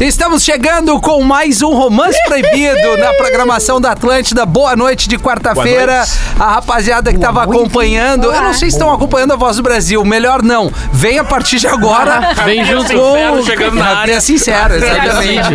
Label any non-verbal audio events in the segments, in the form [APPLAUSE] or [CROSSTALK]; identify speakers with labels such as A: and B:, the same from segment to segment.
A: Estamos chegando com mais um
B: [LAUGHS]
A: Romance Proibido na programação da Atlântida. Boa noite de quarta-feira. A rapaziada que estava acompanhando, eu não sei se estão acompanhando a Voz do Brasil, melhor não. Vem a partir de agora.
B: [LAUGHS] Vem junto sincero, chegando na área.
A: É sincero, exatamente.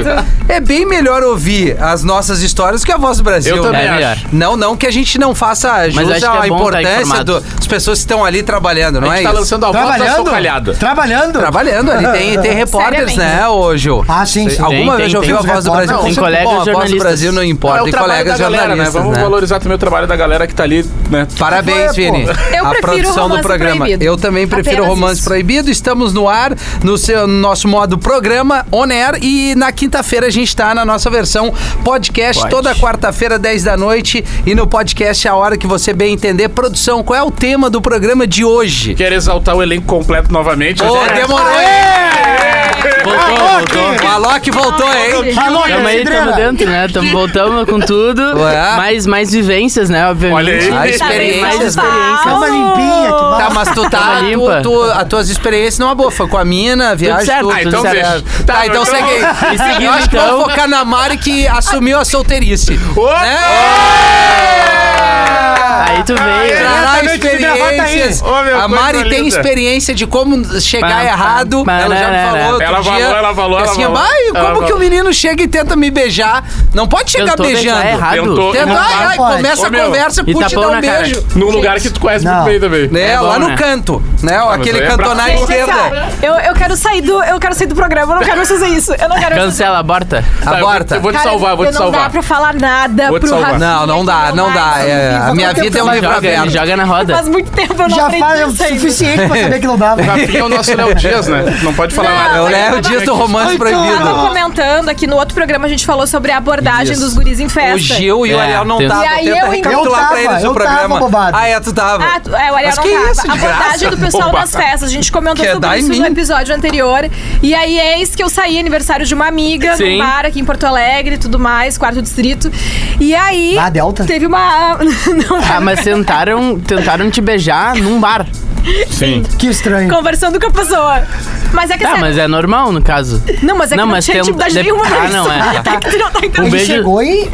A: É bem melhor ouvir as nossas histórias que a Voz do Brasil.
B: Eu também
A: né?
B: É melhor.
A: Não, não que a gente não faça jus
B: acho que
A: à
B: é bom tá
A: importância
B: informado.
A: do- das pessoas que estão ali trabalhando, não
B: A
A: é
B: gente tá
A: isso?
B: lançando a voz da socalhada.
C: Trabalhando? Trabalhando?
B: Tá
A: Trabalhando ali,
C: [LAUGHS]
A: tem, tem repórteres, né, ô Gil?
C: Ah, sim, sim.
A: Alguma vez
B: Tem, tem,
A: eu ouvi
B: tem
A: a
C: os
A: voz do
C: repórteres.
A: Brasil.
C: Tem
A: Sempre
B: colegas
A: bom, a voz do
B: jornalistas.
A: Brasil não importa.
B: É o
A: tem
B: trabalho
A: colegas
B: da galera, né?
A: jornalistas,
B: Vamos
A: né?
B: valorizar também o trabalho da galera que tá ali, né?
A: Parabéns,
C: Foi, pô.
A: Vini.
D: Eu
A: a
D: prefiro
A: produção do
D: Romance
A: programa.
D: Proibido.
A: Eu também prefiro
D: Apenas
A: Romance
D: isso.
A: Proibido. Estamos no ar, no, seu, no nosso modo programa, on air. E na quinta-feira a gente está na nossa versão podcast,
B: Pode.
A: toda quarta-feira, 10 da noite. E no podcast, a hora que você bem entender. Produção, qual é o tema do programa de hoje?
B: Quero exaltar o elenco completo novamente. é.
A: Ô,
B: Gente,
A: demorou,
E: Voltou, voltou.
A: hein? O Alok voltou, hein?
C: Alô,
E: Tamo aí, tamo
C: Cidreira.
E: dentro, né? Tamo, voltamos com tudo.
A: Ué.
E: Mais, mais vivências, né?
B: Olha
E: Obviamente.
B: aí.
A: A
E: mais
A: experiência.
C: Dá uma limpinha que
A: Tá,
C: bala.
A: mas tu tá.
E: Tava limpa.
A: Tu, tu, as tuas experiências não é boa. Foi com a mina, a viagem,
E: certo.
A: tudo.
E: Ah,
A: tudo
B: então
A: certo.
B: deixa.
A: Tá,
B: Tá,
A: então
B: então-
A: segue aí.
E: E seguindo,
A: Eu acho que vamos
E: então-
A: focar na Mari que assumiu a solteirice.
B: Opa!
A: Né?
E: Aí tu veio.
C: Ai,
A: Trará
C: exatamente, gravata aí.
A: experiências.
B: Ô, meu,
A: a Mari
B: coisa
A: tem
B: linda.
A: experiência de como chegar
E: Pam,
A: errado.
E: pam,
A: ela já me
E: parará.
A: falou outro
B: Ela
A: dia.
B: falou, ela falou, ela
A: assim,
B: falou.
A: "Ai,
B: Ela
A: como que
B: falou.
A: o menino chega e tenta me beijar? Não pode chegar
E: Tentou
A: tá beijando.
E: beijar tá errado.
B: Tentou.
A: Tenta,
B: Não
A: ai, ai,
C: pode.
A: começa
B: Ô,
A: a
B: meu,
A: conversa,
E: e
A: puxa e
E: tapão
A: dá um
E: na cara.
A: beijo.
B: É. Num lugar que tu conhece
C: Não.
B: muito bem também. Tá,
A: Né?
E: É bom,
A: lá no
E: né?
A: canto, né? Ó,
B: mas
A: Aquele
B: aí é
A: canto
B: pra-
A: na
D: Gente, assim,
A: esquerda.
D: ó, eu, eu quero sair do. Eu quero sair do programa, eu não quero mais fazer isso. Eu não quero mais fazer-
E: Cancela, aborta.
B: Tá, eu vou-
A: Aborta.
B: Eu vou te
D: Cara,
B: salvar, eu vou
D: eu
B: te
D: Não dá
B: salvar.
D: pra falar nada
B: Vou te
D: pro
B: salvar.
D: Rafinha,
A: Não, não
D: que
A: dá, não dá.
D: mais.
A: É, a minha vida é um
E: Me
A: livro
E: joga, me
A: aberto.
E: joga na roda.
D: Faz muito tempo eu não
C: Já
D: aprendi
C: faz o
D: isso ainda.
C: suficiente pra saber que não dava.
B: Rafinha é o nosso Léo Dias, né? Não pode falar
D: Não.
B: nada.
A: É o Léo
D: Eu
A: Dias do
B: tava-
A: Romance
C: Ai,
D: Eu tava
A: Proibido.
D: comentando aqui no outro programa a gente falou sobre a abordagem
A: Isso.
D: dos guris em festa.
A: O Gil e o
E: É,
A: Ariel não
E: tem-
A: estavam.
D: E aí
A: Tenta
D: eu então-
A: recapitular
C: Eu tava,
A: pra eles o
C: eu tava,
A: programa.
C: bobado.
A: Ah, é, tu tava.
D: Ah, tu- é, o Ariel
A: Mas
D: não
A: que
D: tava.
A: isso, de
D: a
A: graça?
D: abordagem do pessoal
B: Opa.
D: das festas. A gente comentou
A: Quer dar
D: sobre
A: em
D: isso
A: mim?
D: no episódio anterior. E aí, eis que eu saí aniversário de uma amiga
E: Sim.
D: num bar aqui em Porto Alegre e tudo mais, quarto distrito. E aí.
C: Ah, Delta?
D: Teve uma. [LAUGHS] não,
E: Ah, mas tentaram, tentaram te beijar num bar.
B: Sim.
C: Que estranho.
D: Conversando com a pessoa. Mas é que
E: Tá,
D: assim,
E: mas é normal no caso.
D: Não, mas é que
E: Não,
D: não,
E: mas
D: tinha
E: tem-
D: intimidade
E: dep-
D: nenhuma
E: Ah,
D: nisso.
E: não, é.
D: [LAUGHS] Tá que tu não tá entendendo.
E: Um
C: Ele
E: beijo.
C: chegou e...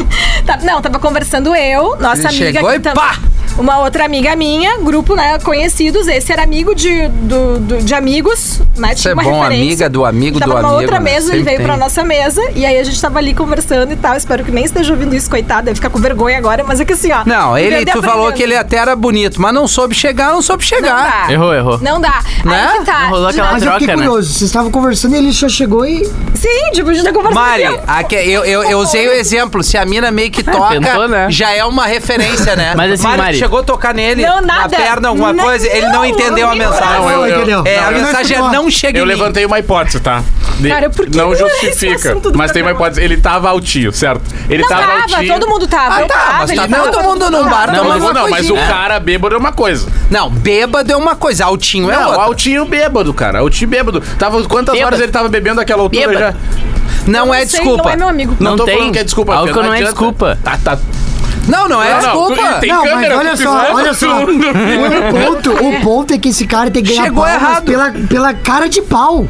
D: Tá- não, tava conversando eu, nossa
A: Ele
D: amiga
A: chegou
D: aqui
A: e
D: também.
A: pá!
D: Uma outra amiga minha, grupo, né, conhecidos. Esse era amigo de, do- do- de amigos, né?
A: Isso
D: Tinha
A: é
D: uma
A: bom,
D: referência.
A: amiga do amigo
D: Tava
A: do
D: numa
A: amigo.
D: outra
A: né?
D: mesa, ele
A: Sempre
D: veio pra
A: tem.
D: nossa mesa. E aí a gente tava ali conversando e tal. Espero que nem esteja ouvindo isso, coitado. Deve ficar com vergonha agora, mas é que assim, ó.
A: Não, ele,
D: aprendeu
A: tu falou
D: aprendendo.
A: que ele até era bonito, mas não soube chegar, não soube
D: Não
A: chegar.
D: dá.
E: Errou, errou.
D: Não dá.
A: Né?
D: Aí que tá.
E: Não rolou
D: de
E: aquela
D: nada-
C: Mas eu fiquei
E: troca, né?
C: curioso. Vocês estavam conversando e ele só chegou e...
D: Sim, tipo, a gente tá conversando.
A: Mari,
D: aqui, ó.
A: aque- eu, eu, eu usei o exemplo. Se a mina meio que toca,
E: tentou, né?
A: já é uma referência, né?
E: Mas assim, Mari-
A: chegou a tocar nele,
D: Não,
A: na
D: nada. um
A: perna, alguma
D: Não,
A: coisa, ele não
D: não,
A: entendeu a
D: nem
A: mensagem.
B: Não, eu- eu-
A: é, a
C: Ele não
A: mensagem é
C: escutou.
A: não chega em
B: Eu
A: mim.
B: levantei uma hipótese, tá? De-
D: Cara, por que
B: não
D: não é esse
B: justifica,
D: assunto do
B: mas tem uma
D: programa?
B: hipótese. Ele tava altinho, certo? Ele
D: Não
B: tava,
D: tava,
B: altinho.
D: todo mundo tava.
A: Ah,
D: eu
A: tá,
D: tava,
A: mas
D: ele
A: tá
D: tava,
A: todo mundo num
D: tava.
A: bar,
B: Não, mas,
A: Tomando uma
B: não, mas o
A: coisinha.
B: cara bêbado é uma coisa.
A: Não, bêbado é uma coisa, altinho é
B: não,
A: outra.
B: altinho bêbado, cara. Altinho bêbado. Tava quantas
E: Bêbado.
B: horas ele tava bebendo aquela altura
E: Bêbado.
B: já?
A: Não é
D: Não sei,
A: desculpa.
D: Não é meu amigo.
E: Não
B: tô
E: tem.
B: falando que é desculpa.
E: Álcool
B: Pedro,
E: não é
B: adianta.
E: desculpa.
B: Tá, tá.
A: Não, não é
B: Não, não,
A: desculpa.
B: tu- tem
C: Não, mas
B: câmera,
C: olha
B: tu
C: só,
B: filma
C: olha só.
B: tudo.
C: O ponto, o ponto é que esse cara tem que ganhar
A: Chegou
C: palmas
A: errado.
C: Pela, pela cara de pau.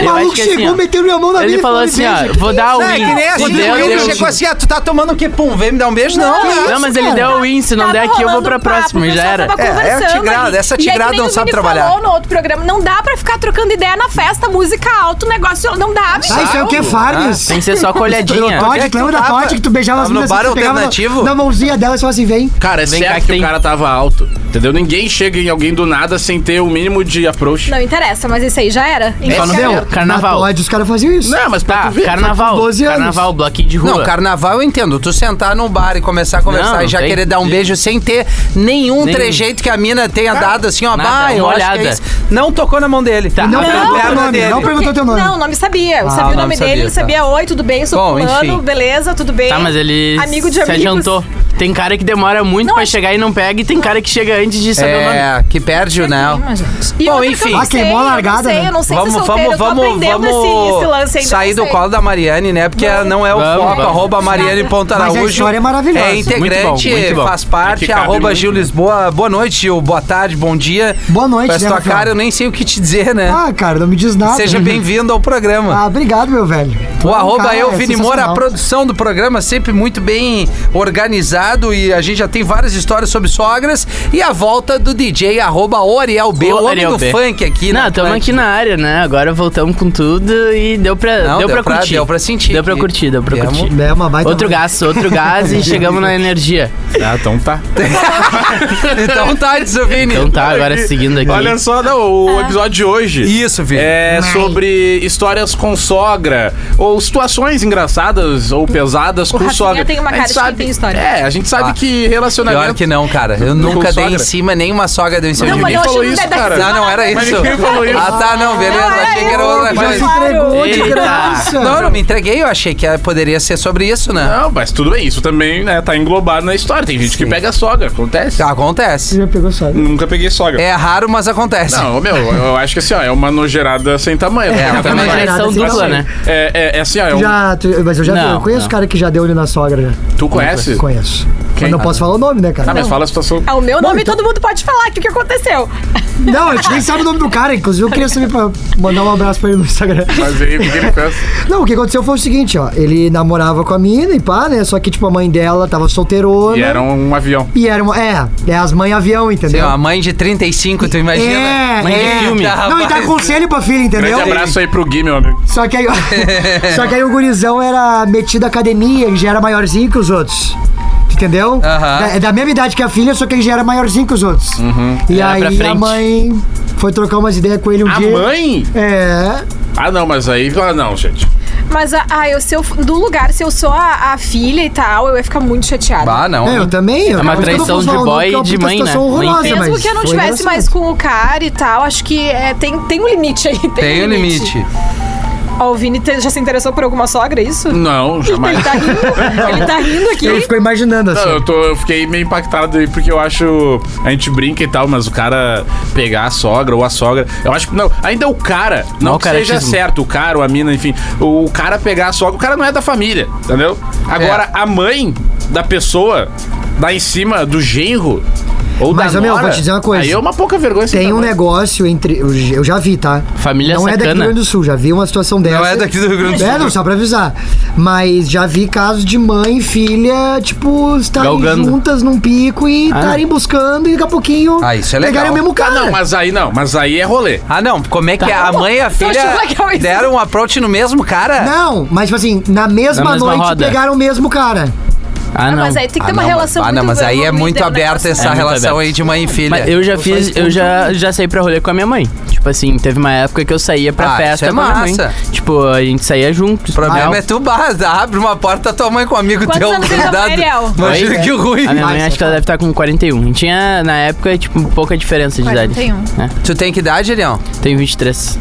C: O maluco
E: que assim,
C: chegou,
E: ó,
C: meteu minha mão na
E: Ele
C: minha e
E: falou assim,
C: "Beija,
E: ó,
C: um que
E: vou dar o
A: Não, é
E: win.
A: que nem assim,
E: Fudeu,
A: o Will
E: deu
A: chegou
E: win.
A: assim, ah, tu tá tomando o quê? Pum, vem me dar um beijo? Não,
D: Não,
A: né?
E: Não, mas ele deu o win, se não
D: Tava
E: der aqui eu vou
D: rolando
E: pra
D: um papo,
E: próxima,
D: o
E: já
D: pessoal
E: era.
D: tava
A: É, é a
D: conversando
A: tigrada,
D: ali.
A: essa
D: E aí que
A: tigrada
D: nem
A: não
D: o
A: sabe
D: Vini
A: trabalhar.
D: falou no outro programa, não dá pra ficar trocando ideia na festa, música alto, negócio, não dá.
C: Ah, isso é o que, Farnes?
E: Tem que ser só com olhadinha.
A: Onde é que
C: Todd, tu lembra
A: tu
C: da
A: tava?
C: Todd que tu beijava as
A: Tava no
C: meninas
A: bar
C: assim, tu pegava
A: alternativo?
C: Na, na mãozinha dela e falava assim, vem.
B: Cara, é
E: Vem cá
B: certo
E: que
B: que,
E: tem.
B: o cara tava alto. Entendeu? Ninguém chega em alguém do nada sem ter o mínimo de approach.
D: Não interessa, mas isso aí já era.
E: É Só no
C: Entendeu?
E: meu, carnaval.
C: Na Todd Ah, os caras faziam isso.
B: Não, mas pra
E: Tá,
B: tu ver.
E: carnaval.
C: 12 anos.
E: Carnaval, bloquinho de rua.
A: Não, carnaval eu entendo. Tu sentar num bar e começar a conversar
E: Não,
A: e já
E: tem-
A: querer dar um
E: tem-
A: beijo sem ter nenhum
E: Nem-
A: trejeito que a mina tenha dado, assim, ó,
E: nada,
A: bah, eu
E: uma
A: acho que é
E: olhada.
A: isso. Não tocou na mão dele.
E: Tá,
C: Não
E: a
A: Na
C: perguntou
A: perna
C: teu nome,
A: dele.
C: não perguntou teu nome.
D: Não, o nome sabia. Eu
A: Ah,
D: sabia
A: o
D: o
A: nome
D: nome
A: sabia,
D: dele, ele
A: tá.
D: sabia, oi, tudo bem, sou
A: Bom,
D: fulano,
A: enfim.
D: beleza, tudo bem.
E: Tá, mas ele
D: Amigo de
E: se
D: amigos.
E: adiantou. Tem cara que demora muito
D: Não,
E: pra
D: acho-
E: chegar e não pega, e tem cara que chega antes de saber o nome.
A: É, que perde o não.
D: E
A: Bom,
D: outra que
A: enfim.
D: eu não
C: Ah, queimou a
D: sei,
C: largada,
D: Eu
C: né?
D: não sei, eu não sei
A: Vamos,
D: se
A: vamos,
D: solteiro, eu tô
A: vamos,
D: aprendendo esse, esse
A: vamos
D: lance ainda,
A: sair
D: não
A: do
D: sei.
A: colo da Mariane, né? Porque ela não é o
E: Vamos,
A: foco,
E: vamos.
A: arroba Mariane Pontaraújo.
C: Mas a história é maravilhosa.
A: É
C: Muito
E: bom,
A: integrante,
E: muito bom.
A: faz parte,
B: É que cabe
A: arroba
B: muito.
A: Gil Lisboa. Boa noite, Gil. Boa tarde, bom dia.
C: Boa noite,
A: Com essa
C: né,
A: tua
C: Rafael?
A: cara, eu nem sei o que te dizer, né?
C: Ah, cara, não me diz nada.
A: Seja bem-vindo ao programa.
C: Ah, obrigado, meu velho.
A: O arroba
C: Cara,
A: eu,
C: é
A: Vini Moura, a
C: sensacional.
A: produção do programa sempre muito bem organizado e a gente já tem várias histórias sobre sogras e a volta do DJ arroba Oriel B,
E: O
A: o homem
E: Ariel
A: do
E: B.
A: funk aqui. na
E: Não, estamos
A: Atlântida.
E: aqui na área, né? Agora voltamos com tudo e deu pra,
A: Não, deu
E: deu pra,
A: pra-
E: curtir.
A: deu pra sentir
E: Deu pra
A: que
E: curtir, deu pra
A: viemos-
C: [LAUGHS]
E: curtir.
C: É uma baita
E: Outro gás, outro gás e chegamos na energia.
B: Ah, então tá.
A: Então tá, diz o Vini.
E: Então tá, agora seguindo aqui.
B: Olha só, não,
D: Ah.
B: o episódio de hoje.
A: Isso, Vini.
B: É sobre histórias com sogra, ou situações engraçadas ou pesadas com
D: Rafinha
B: sogra.
D: tem uma
B: A gente
D: cara de quem tem história.
B: É, a gente sabe
A: Ah,
B: que
A: Pior
B: relacionamento...
A: que não, cara. Eu
B: Com
A: nunca dei em
B: sogra.
A: cima, nenhuma sogra deu em cima
D: Não,
A: de
D: mas
A: mim.
D: eu
B: falou
D: achei que
B: isso,
D: deve
B: cara?
D: ser
A: Ah, não, era
B: Mas
A: isso.
B: ninguém falou isso.
A: Ah, tá, não, beleza.
D: Não, era
A: achei que era
D: eu.
A: outra
B: Mas-
C: Já se
A: coisa.
D: Claro.
C: entregou de
E: Eita.
C: graça.
A: Não, eu não me entreguei, eu achei que ah, poderia ser sobre isso, né?
B: Não, mas tudo bem, isso também, né, tá englobado na história. Tem gente que
A: Sim. Tá.
B: pega sogra, acontece.
A: Acontece.
C: Já pegou só.
B: Nunca peguei sogra.
A: É raro, mas acontece.
B: Não, meu, eu acho que assim, ó, é uma nojerada sem tamanho.
A: É,
B: Não
A: tá
E: É
B: tem
E: uma
C: Não,
B: mais.
E: geração
C: nada, sem
E: dupla,
C: tamanho.
E: né?
B: É, é, é assim, ó, é um-
C: Já, tu- mas eu já
E: Não,
C: eu conheço
E: não.
C: cara que já deu olho na sogra. já.
B: tu conhece?
C: Conheço.
B: Quem?
C: Mas não posso falar o nome, né, cara?
B: Ah, mas fala a situação.
D: Ah, o meu
C: Não,
D: nome
C: então-
D: todo mundo pode falar que o que aconteceu.
C: Não, a gente nem sabe o nome do cara. Inclusive, eu queria saber pra mandar um abraço pra ele no Instagram.
B: Mas aí, o que que ele pensa?
C: Não, o que aconteceu foi o seguinte, ó. Ele namorava com a mina e pá, né? Só que, tipo, a mãe dela tava solteirona.
B: E era um avião.
C: E era uma. É, é as mães avião,
A: Tem
C: entendeu?
A: uma mãe de 35, tu imagina?
C: É,
A: mãe
C: é.
A: de filme.
C: Não, e dá conselho pra filha, entendeu?
B: Grande abraço aí pro Gui, meu amigo.
C: Só que aí, [LAUGHS] só que aí o gurizão era metido à academia, ele já era maiorzinho que os outros. Entendeu?
A: Aham.
C: Da- É da, mesma idade que a filha, só que ele já era maiorzinho que os outros. E
E: Uhum. Era pra
C: aí a
E: frente.
C: mãe foi trocar umas ideias com ele um
B: A
C: dia.
B: mãe?
C: É.
B: Ah, não, mas aí. Ah, não, gente.
D: Mas, ah, ah, eu, se eu, do lugar, se eu sou a, a filha e tal, eu ia ficar muito chateada.
A: Ah, não.
C: É, eu também.
E: É uma traição de boy
C: é
E: e de mãe, né? Mãe
D: Mesmo que eu não tivesse mais com o cara e tal, acho que é, tem, tem um limite aí. [LAUGHS] Tem,
A: Tem o limite.
D: Ó, o Vini te- já se interessou por alguma sogra, é isso?
B: Não, jamais.
D: [LAUGHS] Ele tá rindo, ele tá rindo aqui.
C: Ele ficou imaginando assim.
E: Tá
B: Não, eu, tô, eu fiquei meio impactado aí, porque eu acho. A gente brinca e tal, mas o cara pegar a sogra ou a sogra. Eu acho que. Não, ainda o cara. Não
E: o
B: que seja
E: caratismo.
B: certo, o cara, ou a mina, enfim. O, o cara pegar a sogra. O cara não é da família, entendeu? Agora,
C: É.
B: a mãe da pessoa lá em cima do genro. Ou
C: Mas,
B: da
C: ô, meu,
B: nora,
C: vou te dizer uma coisa.
B: Aí é uma pouca vergonha sem
C: Tem um
B: tamanho.
C: negócio entre. Eu já vi, tá?
E: Família
C: Não é daqui do
E: sacana.
C: Rio Grande do Sul, já vi uma situação dessa.
A: Não é daqui do Rio Grande do
C: É,
A: Sul.
C: não, só pra avisar. Mas já vi casos de mãe e filha, tipo, estarem
E: Galgando. Ah.
C: juntas num pico e estarem buscando e daqui a pouquinho
A: Ah, isso é legal.
C: pegarem o mesmo
B: Ah,
C: cara.
B: não, mas aí não, mas aí é rolê.
A: Ah, não. Como é que a mãe e a
D: achando legal
A: filha
D: isso.
A: deram um approach no mesmo cara?
C: Não, mas tipo assim, na mesma,
E: Na mesma
C: noite
E: roda.
C: pegaram o mesmo cara.
E: Ah,
D: Ah,
E: não.
D: mas aí tem que
A: Ah,
D: ter uma
A: não,
D: relação
A: mas, ah, não,
D: muito
A: mas aí é
D: evoluída,
A: muito
D: um
A: aberta
D: negócio
A: essa
D: assim.
A: relação
E: aberta.
A: aí de mãe e filha.
E: Mas eu já fiz, eu já, já saí pra rolê com a minha mãe. Tipo assim, teve uma época que eu saía pra
A: Ah,
E: festa
A: isso é
E: com a minha
A: massa.
E: mãe. Tipo, a gente saía junto.
A: O problema é tu barra, [LAUGHS] abre uma porta, tua mãe com um amigo
D: Quantos
A: teu.
D: anos tem tua
A: grudado.
D: mãe, Ariel?
A: Imagina
E: Oi?
A: que ruim.
E: A minha mãe
C: Ah,
E: acho que ela deve estar com 41. E um. tinha, na época, tipo, pouca diferença de idade.
D: 41.
E: É,
A: Tu tem que idade, Ariel?
E: tenho 23.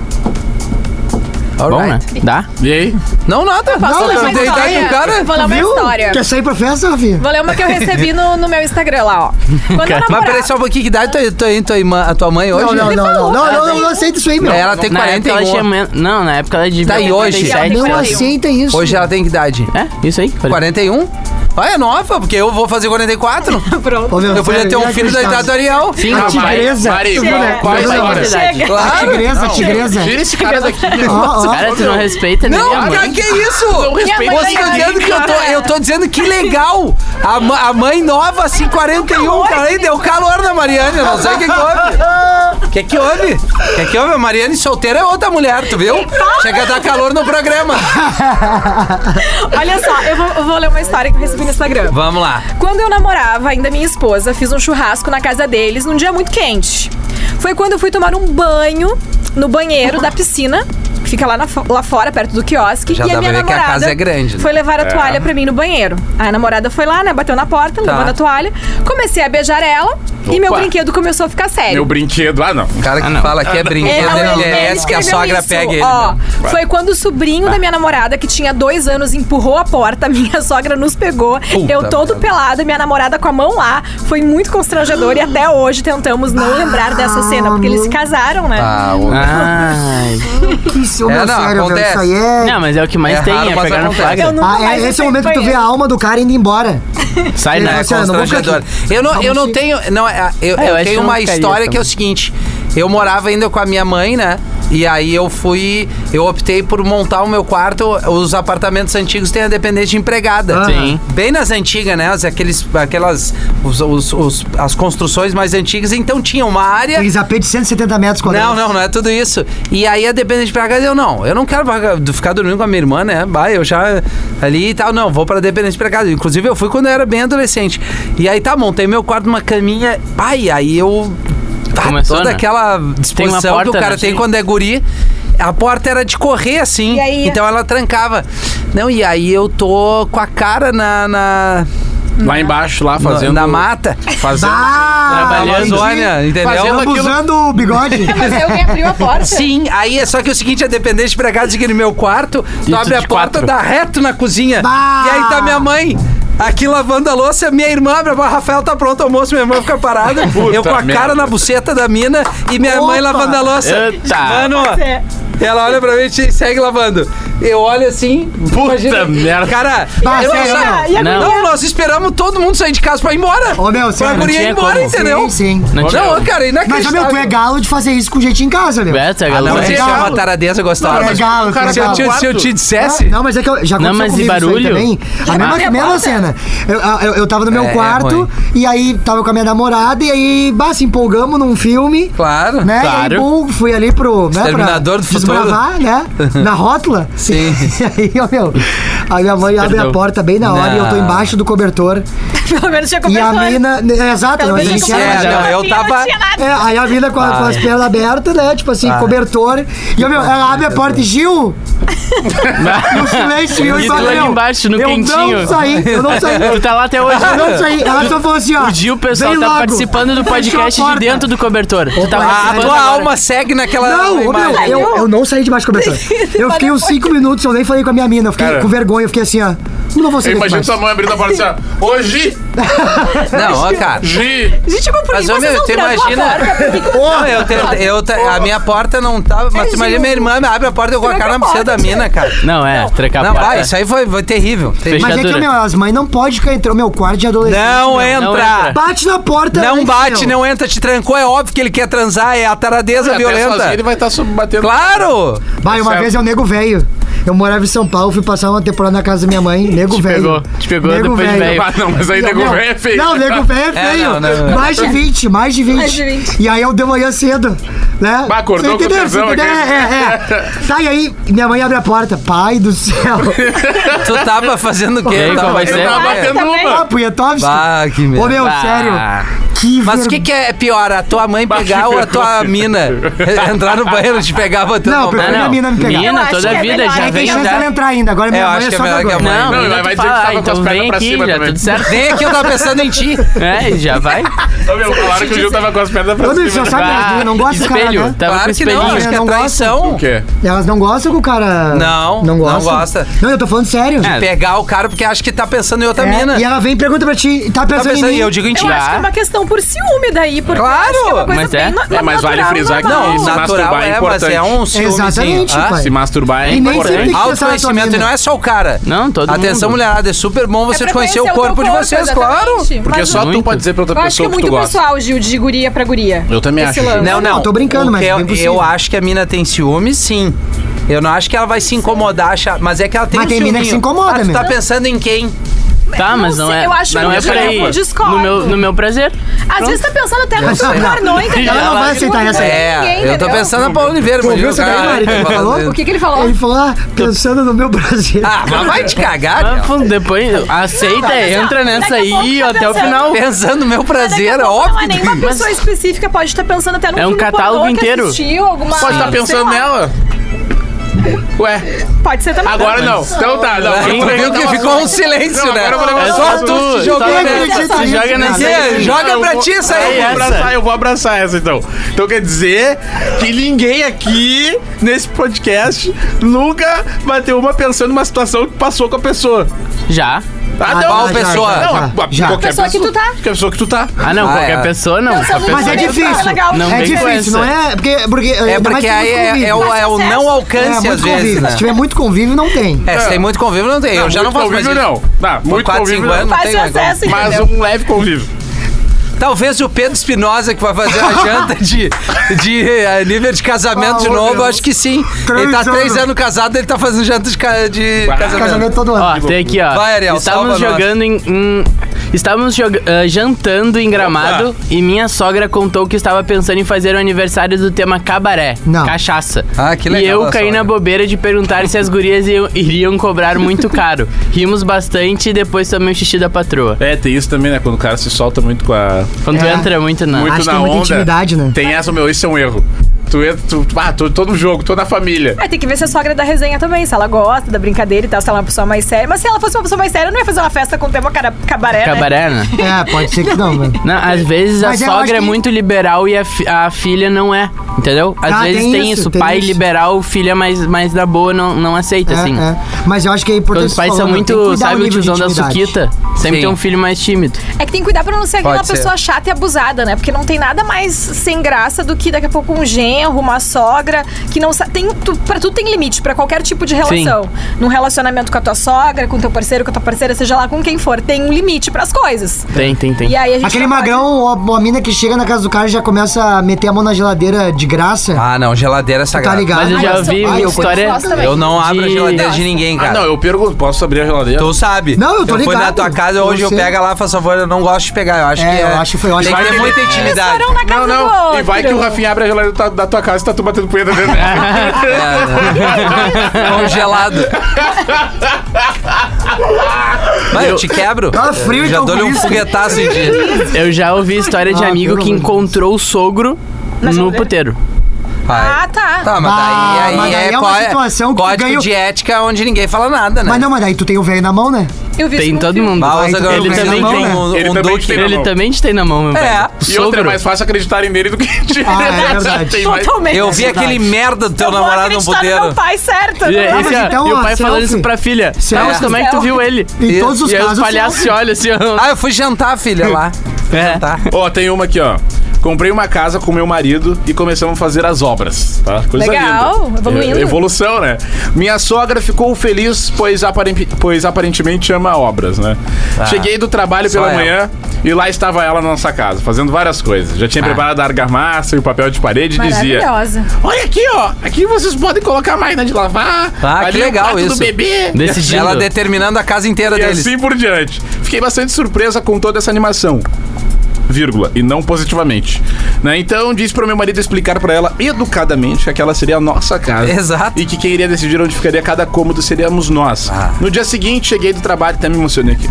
E: Bom,
A: Alright.
E: né? Dá?
B: E aí?
A: Não, nada.
D: Posso
A: Não,
D: ler
A: tu
D: uma
A: tem idade do
D: história?
A: cara?
D: Vou ler uma
C: Viu?
D: história.
C: Quer sair pra festa, Rafi?
D: Vou ler uma que eu recebi no, no meu Instagram
A: [LAUGHS]
D: lá, ó. Quando eu
A: Mas
D: namorava-
A: peraí só um pouquinho, que idade tu, tu, tu, irmã- a tua mãe hoje?
C: Não, não, não, não, não, não, não, não aceita isso aí, meu.
A: Ela Ah, tem
E: na época ela
A: 41.
E: tinha men- Não, na época ela devia
A: Tá, e hoje?
C: não
D: 41.
C: aceita isso.
A: Hoje ela tem que idade?
E: É, isso aí.
A: 41? Ah, é nova, porque eu vou fazer 44.
C: Ô, meu,
A: Eu podia
C: sério, é
A: ter um filho da idade do Ariel.
E: Sim,
B: Ah,
E: sim.
B: Mari-
C: tigresa. um
B: Mari,
C: Tu
D: viu,
B: qual-
D: né?
B: qual a
C: Não, não,
B: história?
C: não.
D: Chega.
A: Claro.
C: Tigresa,
B: Não,
C: tigresa.
B: Tira esse cara daqui.
C: Ó, ó.
E: Cara, tu não respeita nem a
A: um. Não,
E: mãe.
A: cara, que isso?
D: Minha mãe
A: Você tá
D: tá
A: dizendo
D: aí,
A: que eu tô,
D: cara.
A: eu tô dizendo que legal. A, ma- a mãe nova, assim, 41, cara. Aí deu calor na Mariane, eu não sei o que que houve. O que que houve? O que que houve? A Mariane solteira é outra mulher, tu viu? Chega a dar calor no programa.
D: Olha só, eu vou, eu vou ler uma história que eu recebi no Instagram.
A: Vamos lá.
D: Quando eu namorava, ainda minha esposa, fiz um churrasco na casa deles num dia muito quente. Foi quando eu fui tomar um banho no banheiro da piscina. que fica lá, na fo- lá fora, perto do quiosque.
A: Já
D: e
A: dá
D: a minha
A: pra ver que a
D: namorada
A: casa é grande, né?
D: foi levar a toalha pra mim no banheiro. A namorada foi lá, né? Bateu na porta,
A: Tá.
D: levando a toalha. Comecei a beijar ela e meu
B: Opa.
D: brinquedo começou a ficar sério.
B: Meu brinquedo. Ah, não.
A: O cara que
E: Ah, não.
A: fala que é brinquedo,
D: Não,
A: ele merece que a
D: escreveu
A: sogra
D: isso,
A: pegue ele.
D: Ó,
A: né?
D: foi quando o sobrinho da minha namorada, que tinha dois anos, empurrou a porta, [LAUGHS] minha sogra nos pegou.
A: Puta
D: eu todo
A: merda.
D: pelado, minha namorada com a mão lá. Foi muito constrangedor e até hoje tentamos não lembrar dessa
C: Ah,
D: cena, porque eles se casaram, né?
A: Ah,
C: tá.
A: o-
E: Ai.
C: Isso, meu,
A: É, não,
C: sério, meu,
A: acontece.
C: isso aí é...
E: Não, mas é o que mais
A: É
E: tem,
A: raro,
E: é
A: mas
E: pegar no
A: acontece.
D: Eu
E: flagra.
D: nunca
C: Ah,
D: mais
C: é, esse é o momento que tu vê a
D: acompanhei.
C: alma do cara indo
D: [LAUGHS]
C: embora.
E: Sai,
C: Ele
E: né?
C: vai
A: É
C: Luciano, não vou ficar
A: constrangedor.
C: aqui.
A: Eu não, eu
C: Vamos
A: não
C: sim.
A: tenho. Não, é, eu,
E: É, eu
A: eu
E: acho que
A: tenho
E: eu
A: uma
E: não ficaria
A: história que é o
E: também.
A: seguinte: eu morava ainda com a minha mãe, né? E aí eu fui. Eu optei por montar o meu quarto. Os apartamentos antigos têm a dependência de empregada.
C: Ah.
E: Sim.
A: Bem nas antigas, né? As- Aqueles, aquelas. os- os- os- as construções mais antigas. Então tinha uma área.
C: Aqueles AP de 170 metros
A: Não,
C: quadrados.
A: não, não é tudo isso. E aí a dependente pra casa, eu não, eu não quero vaga- ficar dormindo com a minha irmã, né? Vai, eu já ali e tal, não, vou pra dependente pra casa. Inclusive eu fui quando eu era bem adolescente. E aí tá, montei meu quarto numa caminha, pai, aí eu tá,
E: Começou,
A: toda
E: né?
A: aquela disposição
E: porta,
A: que o cara
E: né,
A: tem
E: assim?
A: quando é guri. A porta era de correr, assim.
D: E aí?
A: Então ela trancava. Não, e aí eu tô com a cara na, na,
B: Lá embaixo, lá fazendo.
A: na mata.
B: Fazendo.
C: Ah,
A: na
E: Trabalhando.
A: Amazônia, entendeu?
B: Fazendo
C: estamos
B: aquilo-
C: usando o bigode.
D: [LAUGHS] Mas eu que abriu a porta.
A: Sim, aí é só que o seguinte, é dependente pra casa de que no meu quarto, tu
E: E
A: abre a
E: de
A: porta,
E: quatro.
A: dá reto na cozinha.
C: Bah!
A: E aí tá minha mãe. Aqui lavando a louça, minha irmã abre a porta, Rafael tá pronto, almoço, minha irmã fica parada.
B: Puta
A: eu com a
B: merda.
A: cara na buceta da mina e minha mãe
C: Opa!
A: lavando a louça.
E: Eita!
A: Mano,
D: É.
A: ela olha pra mim e segue lavando. Eu olho assim.
B: Puta
A: imagina-
B: merda.
A: Cara,
C: Bah,
A: eu-
C: sério,
D: Ah, e a
E: Não.
D: guria?
A: não, nós esperamos todo mundo sair de casa pra ir embora.
C: Ô, meu,
A: pra
C: sério.
A: guria ir
E: tinha
A: embora,
E: como.
A: entendeu?
C: Sim, sim.
E: Não tinha
A: Não,
E: como.
A: cara, é
C: Mas, ô,
A: inacreditável.
C: meu, tu é galo de fazer isso com jeitinho em casa, meu.
E: Beto, é
A: Não,
E: galera.
A: mas
C: é
A: isso é
C: galo.
A: uma taradeza
C: Ah,
A: gostosa.
C: é galo, cara,
A: se, eu
C: galo.
A: te, se eu te dissesse.
C: Ah, Não, mas é que eu já aconteceu
E: Não, mas e
C: comigo isso aí
E: barulho?
C: também. A mesma,
D: barulho.
C: a mesma cena. Eu, eu, eu tava no meu
A: É, é
C: quarto
A: ruim.
C: e aí tava com a minha namorada e aí, bah, se empolgamos num filme.
A: Claro.
C: Né?
E: Claro.
C: E aí, bom, fui ali pro. Né,
A: Exterminador
C: pra
A: do futuro.
C: Desbravar, né? Na rótula.
A: Sim.
C: [LAUGHS] E aí, ó, meu. A minha mãe abre a
E: Perdão.
C: porta bem na hora e eu tô
A: Não.
C: embaixo do cobertor.
D: [LAUGHS] Pelo menos tinha
C: E a
D: cobertor.
C: mina. né, é, Exato,
D: Pelo
C: não, a
D: menos
C: gente
A: tinha
C: era-
A: cobertor.
D: cobertor.
A: É, não, eu
D: Não
A: tava-
D: tinha nada.
C: É, aí a mina com, a- com as pernas abertas, né? Tipo assim, cobertor. E eu, meu, ela abre a porta
E: [LAUGHS]
C: e Gil! no silêncio, e eu
E: E tu
C: embaixo,
E: lá
C: meu,
E: embaixo, no
C: eu Eu
E: quentinho.
C: não saí, eu não saí.
E: Tu tá lá até hoje.
C: Eu não saí. Ela só falou assim, ó.
E: O Gil, o pessoal
C: vem
E: tá
C: logo.
E: participando do podcast
C: Fechou a
E: de
C: porta.
E: dentro do cobertor. Tu tá
A: A
E: participando
A: tua
E: agora.
A: alma segue naquela.
C: Não, ô, meu,
A: imagem.
C: eu, eu não saí de baixo do
D: [LAUGHS]
C: cobertor. Eu fiquei uns 5 minutos, eu nem falei com a minha mina. Eu fiquei
B: Cara.
C: com vergonha, eu fiquei assim, ó. Não vou
B: Eu
C: sair daqui
B: imagino
C: mais.
B: tua mãe abrindo a porta assim, ó. Ô, Gi!
A: Não, ó, cara.
B: Gi!
D: Gente, mas por
A: Mas,
D: que
A: ô,
D: vocês
A: meu,
D: não
A: tu
D: trancam a
A: imagina.
D: porta? Por que que
A: Não, eu te- eu te- a minha porta não tava. Mas tu imagina minha irmã abre a porta e eu com a cara na buceta da mina, cara.
E: Não, é, trancar a
A: Não,
E: porta.
A: vai, isso aí foi, foi terrível. terrível.
C: Mas é que,
E: Fechadura.
C: meu, as mães não podem ficar entrando. Meu quarto de adolescente.
A: Não
E: entra.
A: entra.
C: Bate na porta.
A: Não
C: antes,
A: bate,
C: meu.
A: não entra, te trancou. É óbvio que ele quer transar, é a taradeza
B: Até sozinho ele
A: violenta.
B: vai estar batendo.
A: Claro!
C: Vai, uma
B: Certo.
C: vez eu nego velho. Eu morava em São Paulo, fui passar uma temporada na casa da minha mãe, nego
E: Te
C: velho.
E: pegou, te pegou
C: Nego
E: depois de velho.
B: Ah, não, mas aí
C: Eu,
B: nego
C: meu,
B: velho é feio.
C: Não, nego velho é
A: É,
C: feio.
A: não, não, não.
C: Mais de 20, mais de 20.
D: Mais de 20.
C: E aí eu de manhã cedo, né?
B: Bah, acordou
C: Você entendeu?
B: com
C: Você
B: tesão
C: entendeu?
B: aqui.
C: É, é, é. Tá, e aí minha mãe abre a porta. Pai do céu.
A: Tu tava fazendo o
E: E
A: quê?
E: aí, qual vai
B: Ele
E: ser?
A: Tá.
B: tava
D: Ah,
B: batendo
D: também.
B: uma.
C: Ah, Punhetovski.
A: Ah, que merda.
C: Ô, meu,
E: Ah.
C: sério. Que
A: Mas o
C: ver-
A: que, que é pior, a tua mãe
B: Bate
A: pegar ou a tua
B: vergonha.
A: mina? [LAUGHS] Entrar no banheiro e te pegar botando
C: Não,
A: a mão
C: prefiro
A: pra-
C: minha mina me pegar.
D: Eu
E: Menina,
D: acho
E: toda
D: que é
E: a vida
D: melhor,
E: já
D: é
C: Tem
E: vem
C: chance
D: melhor.
E: já.
C: dela entrar ainda. Agora minha
A: É, eu
C: mãe
A: acho
C: é
A: que é
C: só
A: melhor que a
C: vergonha.
A: mãe.
E: Não,
B: Não,
E: não,
B: vai
E: vai
B: dizer que tava com as
E: então
B: pernas
E: vem
B: pra
E: aqui,
B: cima
E: já
B: também.
E: tudo certo.
A: Vem aqui, eu tava pensando em ti.
E: É, já vai.
B: Ô, meu, falaram que o Gil tava com as pernas pra
C: Ô, meu,
B: cima.
C: você sabe,
E: Ah,
C: eu não gosto do cara,
E: espelho.
C: né?
E: Tava com
A: Claro que não,
E: espelhinho.
A: acho que é
C: Eu não gosto.
A: traição.
B: O quê?
C: Elas não gostam que o cara.
A: Não,
C: Não
A: não
C: gosta.
A: gosta.
C: Não, eu tô falando sério.
E: É,
A: Pegar o cara porque acha que tá pensando em outra
C: É,
A: mina.
C: E ela vem e pergunta pra ti, tá
A: Tá
C: pensando,
A: pensando,
C: em mim?
A: eu digo em ti.
D: Eu acho que é uma questão por ciúme daí, porque
A: Claro!
D: eu acho que é uma coisa
E: Mas
D: bem
E: é?
D: na-
B: É, mas vale
D: natural,
B: frisar que
D: normal.
A: Não,
B: Se
A: natural
B: masturbar é
A: é, mas é
B: importante.
A: um ciúmezinho.
C: Exatamente,
A: ah?
C: pai.
B: Se masturbar é
C: E nem sempre
B: importante.
C: tem que pensar na
A: Autoconhecimento
C: tua
A: e
C: mina.
A: não é só o cara.
E: Não, todo
A: Atenção,
E: mundo.
A: mulherada, é super bom
D: É
A: vocês
D: pra
A: conhecer o
D: teu
A: corpo, de vocês, claro.
D: exatamente.
B: Porque
D: Mas
B: só tu
E: muito.
B: pode dizer pra outra
D: Eu acho que é
B: pessoa que
D: muito
B: tu gosta.
D: pessoal, Gil, de guria pra guria.
B: Eu também
D: Esse
B: acho, Gil.
D: lance.
A: Não, não.
C: não, tô brincando,
A: O
C: mas
A: que
C: é
A: eu,
C: bem possível.
A: eu acho que a mina tem ciúmes, sim. Eu não acho que ela vai se incomodar, achar- mas é que ela tem
C: Mas
A: um
C: tem mina que
A: ciúminho.
C: se incomoda
A: ah, tu tá
C: mesmo.
A: pensando em quem?
E: Tá, mas
D: Não
E: não
D: sei,
E: é.
D: eu acho
E: não é
D: muito
E: pra
D: legal,
E: ir.
D: eu discordo.
E: No meu, no meu prazer.
D: Às vezes tá pensando até no
C: sei.
D: filme pornô, entendeu?
C: Ela não vai aceitar
D: Assim,
C: essa aí.
A: É, eu tô pensando na Paula Oliveira,
C: Tu
A: mas
C: ouviu
A: o
C: essa
A: cara-
C: daí, Mari, que ele
A: falando
C: falou?
A: isso.
D: O que que ele falou?
C: Ele falou, ah, pensando no meu Brasil.
A: Ah, mas vai te cagar,
E: Ah,
A: meu.
E: pô, depois aceita, entra nessa
D: daqui a pouco
E: aí
D: tá
E: até o
D: dançando.
E: final.
A: Pensando no meu
D: Daqui a
A: prazer,
D: pouco Não é
A: óbvio.
D: nenhuma pessoa específica, pode estar pensando até num
E: É um
D: filme
E: catálogo
D: pornô que
E: inteiro.
D: tá
E: tá
D: assistiu, alguma...
B: Pode estar
D: sei
B: pensando
D: lá.
B: nela. Ué,
D: Pode ser também.
B: agora não. Então tá, não.
A: Tu viu que ficou um silêncio,
B: Não,
A: né?
B: agora eu vou levantar
A: Só
B: o
A: tu
B: assunto.
A: se jogou,
E: Só-
A: né?
D: Olha só,
E: Se joga na
A: Quê? é, Joga pra ti isso aí.
B: Eu vou
E: essa.
B: abraçar, eu vou abraçar essa então. Então quer dizer que ninguém aqui nesse podcast nunca bateu uma pensando numa situação que passou com a pessoa.
E: Já.
B: Ah,
C: Ah,
B: não,
A: já, pessoa.
B: Não, a- a-
C: Já.
B: qualquer
D: Pessoa que tu tá.
B: Qualquer pessoa que tu tá.
E: Ah, não,
A: Ah,
E: qualquer
A: é.
E: pessoa não.
D: Não, são
E: Qualquer
D: duas
C: Mas é
E: pessoa-
D: pessoas.
C: difícil.
D: Legal.
E: Não
C: É
E: vem com
C: difícil,
E: essa.
C: não é? Porque, porque,
A: É porque aí é, é o, é o não alcance, às vezes, né?
C: Se tiver muito convívio, não tem.
A: É, se tem muito convívio, não tem. eu já não
B: muito
A: faço mais
B: convívio,
A: isso.
B: não. Tá, muito
A: quatro,
B: convívio,
A: cinco
B: não.
A: anos.
D: Faz
A: tem
D: o
A: mais
D: acesso,
B: Mas
D: entendeu?
B: um leve convívio.
A: Talvez o Pedro Espinosa, que vai fazer a janta de, de eh, nível de casamento
C: Ah,
A: de
C: ô,
A: novo,
C: meu.
A: eu acho que sim.
C: Três
A: ele tá três
C: anos.
A: anos casado, ele tá fazendo janta de, ca- de
B: Ah,
A: casamento.
C: Casamento todo
E: Ó,
C: ano.
E: tem aqui, ó.
A: Vai, Ariel,
E: Estávamos
A: salva nós.
E: jogando em. em- Estávamos joga- ah, jantando em gramado e minha sogra contou que estava pensando em fazer o aniversário do tema cabaré,
C: Não.
E: cachaça.
A: Ah, que legal
E: E eu
A: da
E: caí
A: sogra.
E: na bobeira de perguntar se as gurias iam- iriam cobrar muito caro. Rimos bastante e depois tomei o xixi da patroa.
B: É, tem isso também, né? Quando o cara se solta muito com a.
E: Quando tu
C: É.
E: entra muito na.
B: Muito
C: Acho que
B: na
C: é muita
B: onda.
C: intimidade, né?
B: Tem essa, meu, isso é um erro. Tu entra. Tu, ah, tô, tô no jogo, tô na família.
D: Ah, tem que ver se a sogra da resenha também, se ela gosta da brincadeira e tal, se ela é uma pessoa mais séria. Mas se ela fosse uma pessoa mais séria, não ia fazer uma festa com tema cara, cabaré, né?
E: Cabaré, né?
C: É, pode ser que não,
A: [LAUGHS]
C: né?
E: Não, às vezes a
C: Mas eu acho
E: sogra é
C: que-
E: muito liberal e a, fi- a filha não é, entendeu? Às
C: Ah,
E: vezes
C: tem
E: tem,
C: isso,
E: isso,
C: tem
E: pai
C: isso.
E: liberal, filha mais, mais da boa não, não aceita,
C: É,
E: assim.
C: é. Mas eu acho que é
E: Quando
C: importante.
E: os pais
C: falar,
E: são
C: né? Tem que
E: muito,
C: cuidar do
E: sabe o
C: nível de
E: tiozão da
C: intimidade.
E: suquita? Sempre
A: Sim.
E: tem um filho mais tímido.
D: É que tem que cuidar pra não ser aquela
A: Pode ser.
D: pessoa chata e abusada, né? Porque não tem nada mais sem graça do que daqui a pouco um genro, uma sogra, que não sabe. Tem, tu, pra tudo tem limite, pra qualquer tipo de relação. Num relacionamento com a tua sogra, com teu parceiro, com a tua parceira, seja lá com quem for, tem um limite pras coisas.
E: Tem, tem, tem.
D: E aí a gente.
C: Aquele
D: não pode-
C: magrão, ou a mina que chega na casa do cara e já começa a meter a mão na geladeira de graça.
A: Ah, não, geladeira é
C: tá
A: sagrada.
C: ligado?
E: Mas eu
D: Ah,
E: já
D: eu sou-
E: vi
D: ah, eu
E: história.
D: gosto também.
A: Eu não abro a
E: De-
A: geladeira de ninguém,
B: Ah,
A: cara.
B: não, eu pergunto, posso abrir a geladeira?
A: Tu sabe.
C: Não, eu tô
A: Eu fui na
C: ligado.
A: tua casa, hoje eu
C: Você-
A: pego lá, faz favor, eu não gosto de pegar. Eu acho
C: É,
A: que
C: eu acho que foi- eu acho
A: Tem
C: que
A: que ter
B: foi-
A: muita
D: Eles
A: intimidade.
D: foram na casa
B: Não,
D: do
B: não.
D: outro.
B: E vai que o Rafinha abre a geladeira da, da tua casa e tá tu batendo punheta dentro.
A: É, né? Congelado. Mas eu te quebro.
C: Tá frio,
A: Eu Já
C: então,
A: dou-lhe
C: por
A: um
C: isso.
A: foguetaço em dia.
E: Eu já ouvi história de
C: Ah,
E: amigo
C: pelo
E: que
C: amor de
E: encontrou o sogro no
D: geladeira?
E: puteiro.
A: Vai.
D: Ah, tá.
A: Tá, mas daí,
C: Bah,
A: aí
C: mas daí
A: é,
C: é uma
A: có-
C: situação que tu
A: código
C: ganhou-
A: de ética onde ninguém fala nada, né?
C: Mas não, mas daí tu tem o velho na mão, né?
D: Eu vi isso
E: Tem em
D: num
E: todo
D: filme.
E: mundo.
A: Bah,
C: Vai,
A: usa
C: tu
A: agora
C: tem
A: um-
E: velho na mão,
A: um,
B: né? Ele
A: um
B: também
A: duque.
B: tem.
E: Ele
B: não.
E: também te tem na mão, meu
A: É.
E: velho. O
B: E outra, é
E: sogro.
B: mais fácil acreditarem nele do que em ti.
C: Ah, é verdade.
B: [LAUGHS] Tem mais-
D: Totalmente.
A: Eu vi aquele merda do teu
D: Eu vou
A: namorado no
D: acreditar meu
A: puteiro.
D: pai, certo?
E: E,
D: né?
C: Ah,
E: esse,
C: mas
E: assim, ó,
C: então,
E: e
C: ó,
E: o pai falando
C: selfie.
E: isso pra filha.
C: Selfie.
E: Tá, mas como é que tu viu ele?
C: Em
A: Isso.
C: todos os
E: E aí os
C: casos.
E: palhaços olham assim, ó.
A: Ah, eu fui jantar,
C: Hum.
A: filha, lá.
E: É.
A: Tá.
B: Ó, tem uma aqui, ó. Comprei uma casa com meu marido e começamos a fazer as obras. Tá? Coisa
D: Legal,
B: linda.
D: evoluindo.
B: É, evolução, né? Minha sogra ficou feliz, pois, aparem- pois aparentemente ama obras, né? Cheguei do trabalho
A: Só
B: pela
A: ela.
B: manhã e lá estava ela na nossa casa, fazendo várias coisas. Já tinha preparado a argamassa e o papel de parede e dizia...
D: Maravilhosa.
B: Olha aqui, ó. Aqui vocês podem colocar a máquina de lavar.
A: Ah,
B: ali
A: que
B: é o
A: legal
B: quarto do
A: isso.
B: bebê.
E: Decidindo.
A: Ela determinando a casa inteira
B: E
A: deles.
B: assim por diante. Fiquei bastante surpresa com toda essa animação. Vírgula, e não positivamente. Né? Então disse para meu marido explicar para ela educadamente que aquela seria a nossa casa.
A: Exato.
B: E que quem iria decidir onde ficaria cada cômodo seríamos nós.
A: Ah.
B: No dia seguinte, cheguei do trabalho, até me emocionei aqui.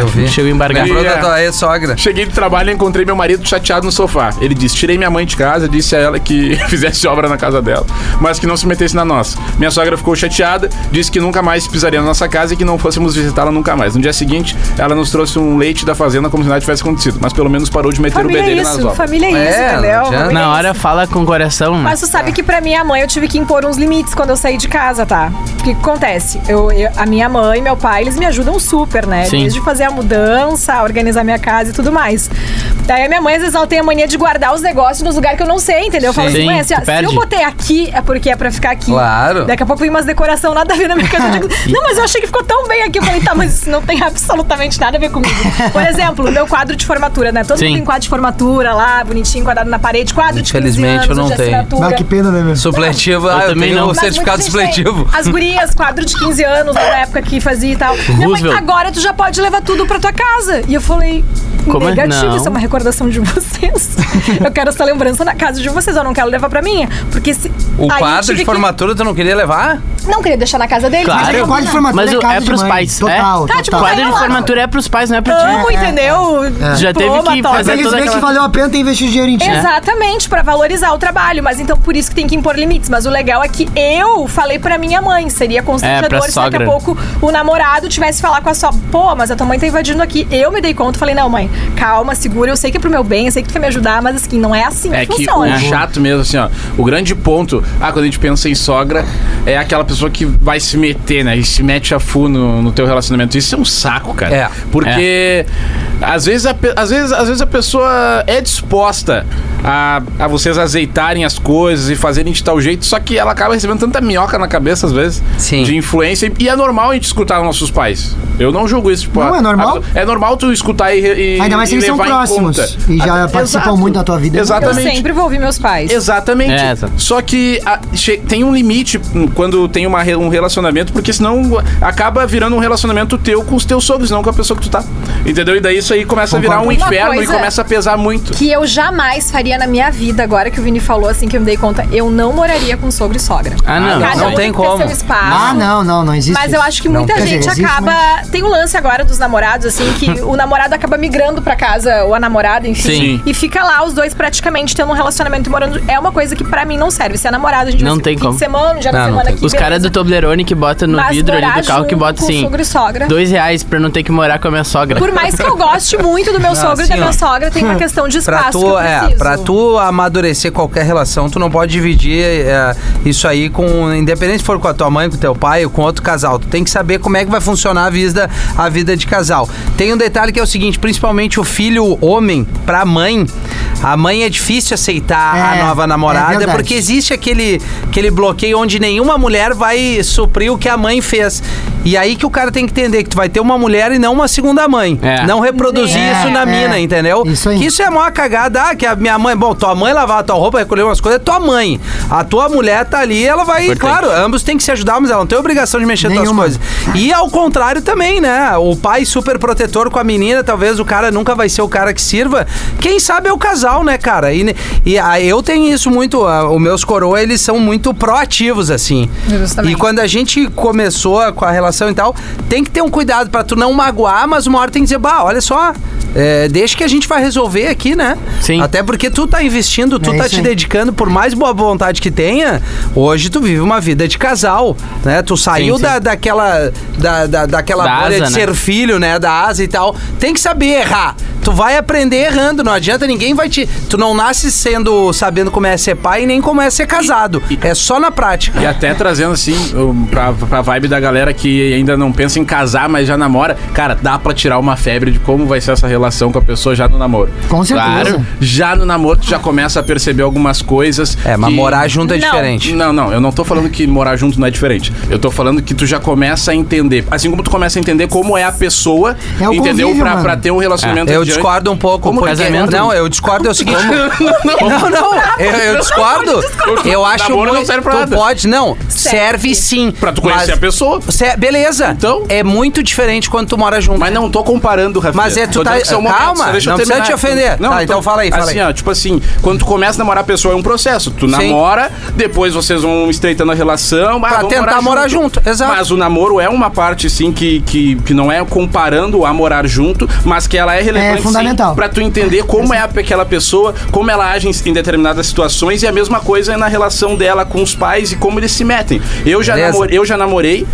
A: Eu vi.
E: Chegou embargado.
A: Lembrou
B: Yeah.
A: da tua ex-sogra.
B: [LAUGHS] Cheguei do trabalho e encontrei meu marido chateado no sofá. Ele disse: Tirei minha mãe de casa, disse a ela que [LAUGHS] fizesse obra na casa dela, mas que não se metesse na nossa. Minha sogra ficou chateada, disse que nunca mais pisaria na nossa casa e que não fôssemos visitá-la nunca mais. No dia seguinte, ela nos trouxe um leite da fazenda como se nada tivesse acontecido, mas pelo menos parou de meter
D: Família
B: o
D: é
B: bedelho nas
D: isso,
B: obras.
D: família é isso,
A: É, não
D: entendeu?
A: adianta.
D: Família é
E: Na hora
D: isso.
E: fala com o coração.
D: Mas é tu sabe que pra minha mãe eu tive que impor uns limites quando eu saí de casa, tá? O que que acontece? Eu, eu- a minha mãe e meu pai, eles me ajudam super, né?
E: Sim.
D: Desde fazer a mudança, organizar minha casa e tudo mais. Daí a minha mãe, às vezes, ela tem a mania de guardar os negócios nos lugares que eu não sei, entendeu? Eu falo
E: Sim.
D: assim, mãe, assim, ó,
E: Tu
D: se eu
E: perde.
D: botei aqui, é porque é pra ficar aqui.
A: Claro.
D: Daqui a pouco vem umas decoração nada a ver na minha casa. Eu digo, não, mas eu achei que ficou tão bem aqui. Eu falei, tá, mas isso não tem absolutamente nada a ver comigo. Por exemplo, meu quadro de formatura, né? Todo
E: Sim.
D: mundo tem quadro de formatura lá, bonitinho, enquadrado na parede, quadro de 15
A: Infelizmente, eu
D: anos
A: não
D: de
A: tenho.
D: assinatura.
C: Ah, que pena, né, meu?
A: Supletivo, ah, eu
E: também
A: tenho
E: não.
A: o
D: Mas
A: certificado
D: muita gente tem.
A: supletivo.
D: As gurias, quadro de 15 anos, na época que fazia e tal. Minha mãe,
E: Roosevelt.
D: agora tu já pode levar tudo pra tua casa. E eu falei,
E: Como é?
D: negativo,
E: Não.
D: isso é [LAUGHS] uma recordação de vocês. eu quero essa lembrança na casa de vocês, eu não quero levar pra minha. Porque se
A: O
D: Aí eu
A: quadro
D: tive
A: de
D: que-
A: formatura tu não queria levar?
D: Não queria deixar na casa dele.
E: Claro.
D: mas eu
C: Mas pode formatura
E: Mas o-
C: casa
E: é
C: de
E: pros
C: mãe.
E: pais, é?
C: Total,
D: Tá,
C: total.
D: tipo,
E: Quadro
D: Vai
E: de
D: lá.
E: formatura é pros pais, não é pra ti.
D: "Ah, Amo, entendeu?
E: Já teve
D: Diploma,
E: que
D: top.
E: fazer é toda
C: Felizmente
E: aquela-
C: valeu a pena ter investido dinheiro em ti.
D: Exatamente, pra valorizar o trabalho, mas então por isso que tem que impor limites. Mas o legal é que eu falei pra minha mãe, seria
E: É, pra
D: constrangedor se daqui
E: sogra.
D: a pouco o namorado tivesse que falar com a sua, pô, mas a tua mãe tá invadindo aqui. Eu me dei conta, falei: "Não, mãe, calma, segura, eu sei que é pro meu bem, eu sei que tu quer me ajudar, mas assim, não é assim
B: É
D: que
B: que
D: funciona".
B: o chato mesmo, assim, ó. O grande ponto, ah, quando a gente pensa em sogra, é aquela pessoa que vai se meter, né? E se mete a full no, no teu relacionamento. Isso é um saco, cara.
A: É.
B: Porque Às, vezes a, pe- às, vezes, às vezes a pessoa é disposta a, a vocês azeitarem as coisas e fazerem de tal jeito, só que ela acaba recebendo tanta minhoca na cabeça, às vezes,
A: Sim.
B: de influência. E, e é normal a gente escutar os nossos pais. Eu não julgo isso, tipo.
C: Não,
B: a-
C: é normal.
B: a- é normal tu escutar e. re- e
C: Ainda mais se
B: e
C: eles são
B: levar em
C: próximos
B: conta.
C: e já
B: Até-
C: participam
B: Exato.
C: muito da tua vida.
D: Eu
B: Exatamente.
D: sempre vou ouvir meus pais.
B: Exatamente.
E: É, exato.
B: Só que a- che- tem um limite hum, quando tem uma re- um relacionamento, porque senão acaba virando um relacionamento teu com os teus sogros, não com a pessoa que tu tá. Entendeu? E daí isso aí começa a virar um
D: Uma
B: inferno e
D: coisa-
B: começa a pesar muito.
D: que eu jamais faria na minha vida, agora que o Vini falou assim que eu me dei conta, eu não moraria com sogro e sogra.
E: Ah, não,
D: Cada
A: não
D: um
A: tem
D: que ter
A: como.
D: seu espaço.
C: Ah, não, não, não existe.
D: Mas eu acho que
A: Não,
D: muita
C: quer dizer,
D: gente
C: existe,
D: acaba. Tem o lance agora dos namorados, assim,
A: [LAUGHS]
D: que o namorado acaba migrando pra casa, ou a namorada, enfim.
E: Sim.
D: E fica lá os dois praticamente tendo um relacionamento e morando. É uma coisa que pra mim não serve. Se é namorado, a gente
E: Não
D: vai se-
E: tem
D: fim
E: como.
D: de semana, já
A: Não,
D: na
A: não
D: semana
A: tem.
D: que
E: Os caras do Toblerone que bota no
D: Mas
E: vidro ali
D: morar
E: do carro que
D: junto
E: bota
D: com
E: assim.
D: sogro e sogra.
E: Dois reais pra eu não ter que morar com a minha sogra.
D: Por mais que eu goste muito do
A: [LAUGHS]
D: meu sogro e
A: assim,
D: da minha
A: ó.
D: sogra, tem uma questão de espaço
A: Pra
D: que
A: tu,
D: eu
A: é,
D: preciso.
A: pra tu amadurecer qualquer relação, tu não pode dividir é, isso aí com. Independente se for com a tua mãe, com teu pai ou com outro casal. Tu tem que saber como é que vai funcionar a vida, a vida de casal. Tem um detalhe que é o seguinte: principalmente o filho homem, pra mãe, a mãe é difícil aceitar
C: É,
A: a nova
C: é
A: namorada,
C: verdade.
A: porque existe aquele, aquele bloqueio onde nenhuma mulher vai suprir o que a mãe fez. E aí que o cara tem que entender que tu vai ter uma mulher e não uma segunda mãe.
E: É.
A: Não reproduzir
D: É,
A: isso na
C: é.
A: mina, entendeu?
C: Isso aí.
A: Que isso é a maior cagada, ah, que a minha mãe, bom, tua mãe lavar a tua roupa, recolher umas coisas, é tua mãe. A tua mulher tá ali, ela vai,
E: Importante.
A: claro, ambos têm que se ajudar, mas ela não tem obrigação de mexer nas
C: Nenhuma.
A: coisas. E ao contrário também, né? O pai super protetor com a menina, talvez o cara nunca vai ser o cara que sirva. Quem sabe é o casal, né, cara? E, ne- e ah, eu tenho isso muito, ah, os meus coroa, eles são muito proativos, assim.
D: Justamente.
A: E quando a gente começou a- com a relação e tal, tem que ter um cuidado pra tu não magoar, mas uma hora tem que dizer, bah, olha só, é, deixa que a gente vai resolver aqui, né?
E: Sim.
A: Até porque tu tá investindo, tu
C: É
A: tá
C: isso
A: te
C: aí.
A: dedicando, por mais boa vontade que tenha, hoje tu vive uma vida de casal, né? Tu saiu
E: Sim, sim.
A: Da, daquela, da, da- daquela
E: Da
A: bolha
E: asa,
A: de
E: né?
A: ser filho, né? Da asa e tal. Tem que saber errar. Tu vai aprender errando, não adianta, ninguém vai te... Tu não nasce sendo, sabendo como é ser pai e nem como é ser casado. É só na prática.
B: E até trazendo assim, um, pra, pra vibe da galera que ainda não pensa em casar, mas já namora, cara, dá pra tirar uma febre de como vai ser essa relação com a pessoa já no namoro.
C: Com certeza.
B: Já no namoro, tu já começa a perceber algumas coisas.
A: É, mas
B: que-
A: morar junto é
D: Não.
A: diferente.
B: Não, não, eu não tô falando que morar junto não é diferente. Eu tô falando que tu já começa a entender. Assim como tu começa a entender como é a pessoa,
C: É o
B: entendeu?
C: convívio,
B: pra,
C: mano.
B: pra ter um relacionamento.
A: Eu
B: adiante.
A: discordo um pouco.
E: Como casamento?
A: Não, eu discordo é o seguinte. [LAUGHS] Não, não. Eu, eu discordo. Eu acho
B: Namoro não
A: muito-
B: serve pra
A: tu
B: nada.
A: pode, não. Serve sim.
B: Pra tu conhecer
A: Mas-
B: a pessoa.
A: Cê- beleza.
B: Então?
A: É muito diferente quando tu mora junto.
B: Mas não tô comparando, Rafinha.
A: Mas é, tu
B: Tô
A: tá-
B: dizendo que são momentos,
A: calma,
B: só deixa eu
A: não precisa
B: terminar.
A: te ofender. Tá,
B: eu
A: então fala aí, fala
B: assim,
A: aí.
B: ó, tipo assim, quando tu começa a namorar a pessoa é um processo. Tu namora, depois vocês vão estreitando a relação. ah,
A: Pra
B: vamos
A: tentar morar junto, exato.
B: Mas o namoro é uma parte, sim, que, que, que não é comparando a morar junto, mas que ela é relevante,
C: É fundamental.
B: sim, pra tu entender como é a- aquela pessoa, como ela age em- em determinadas situações e a mesma coisa na relação dela com os pais e como eles se metem. Eu já,
A: Beleza.
B: namorei, eu já namorei,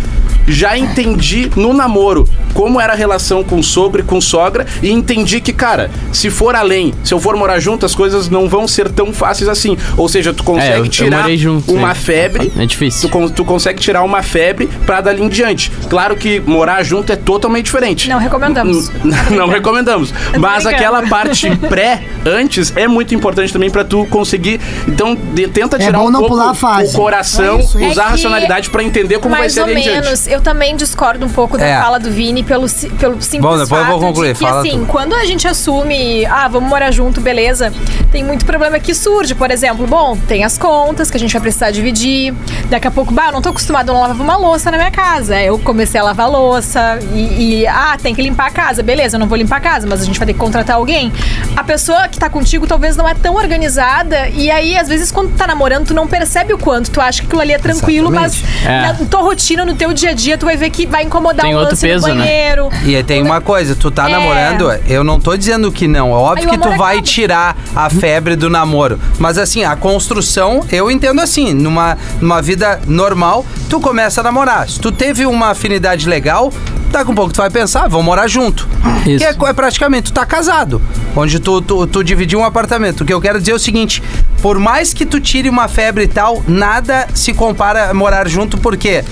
B: já entendi no namoro como era a relação com o sogro e com sogra e entendi que, cara, se for além, se eu for morar junto, as coisas não vão ser tão fáceis assim. Ou seja, tu consegue
E: É, eu- eu
B: tirar
E: morei junto,
B: uma
E: né?
B: febre.
E: É difícil.
B: Tu, con- tu consegue tirar uma febre pra dali em diante. Claro que morar junto é totalmente diferente.
D: Não recomendamos.
B: N- n- [LAUGHS] Não
D: [LAUGHS]
B: recomendamos. Mas
D: brincando.
B: aquela
D: [LAUGHS]
B: parte pré, antes, é muito importante também pra tu conseguir. Então, de- tenta
C: É
B: tirar
C: bom
B: um
C: não
B: pouco
C: pular a fase.
B: o coração,
C: É isso aí.
B: usar a
D: É que-
B: racionalidade pra entender como vai
D: mais
B: ser
D: ou
B: ali em
D: menos.
B: diante.
D: Eu eu também discordo um pouco da
A: É.
D: fala do Vini pelo, si- pelo simples
A: Bom, depois eu
D: fato
A: vou concluir.
D: de que,
A: Fala
D: assim,
A: tu.
D: quando a gente assume, ah, vamos morar junto, beleza, tem muito problema que surge. Por exemplo, bom, tem as contas que a gente vai precisar dividir. Daqui a pouco, bah, eu não tô acostumado, eu não lavo uma louça na minha casa. Eu comecei a lavar louça e, e, ah, tem que limpar a casa. Beleza, eu não vou limpar a casa, mas a gente vai ter que contratar alguém. A pessoa que tá contigo talvez não é tão organizada e aí, às vezes, quando tu tá namorando, tu não percebe o quanto. Tu acha que aquilo ali é tranquilo, mas
E: É.
D: na tua rotina, no teu dia a dia, tu vai ver que vai incomodar
E: Tem
D: um
E: outro
D: lance
E: peso, né?
D: no banheiro.
A: E aí tem uma coisa, tu tá
D: É.
A: namorando, eu não tô dizendo que não. É
D: Aí
A: óbvio
D: o
A: que tu
D: amor
A: vai
D: acaba.
A: tirar a febre do namoro. Mas assim, a construção, eu entendo assim, numa, numa vida normal, tu começa a namorar. Se tu teve uma afinidade legal, tá com pouco, tu vai pensar, vamos morar junto.
E: Isso.
A: Que é, co- é praticamente, tu tá casado. Onde tu, tu, tu dividiu um apartamento. O que eu quero dizer é o seguinte: por mais que tu tire uma febre e tal, nada se compara a morar junto, porque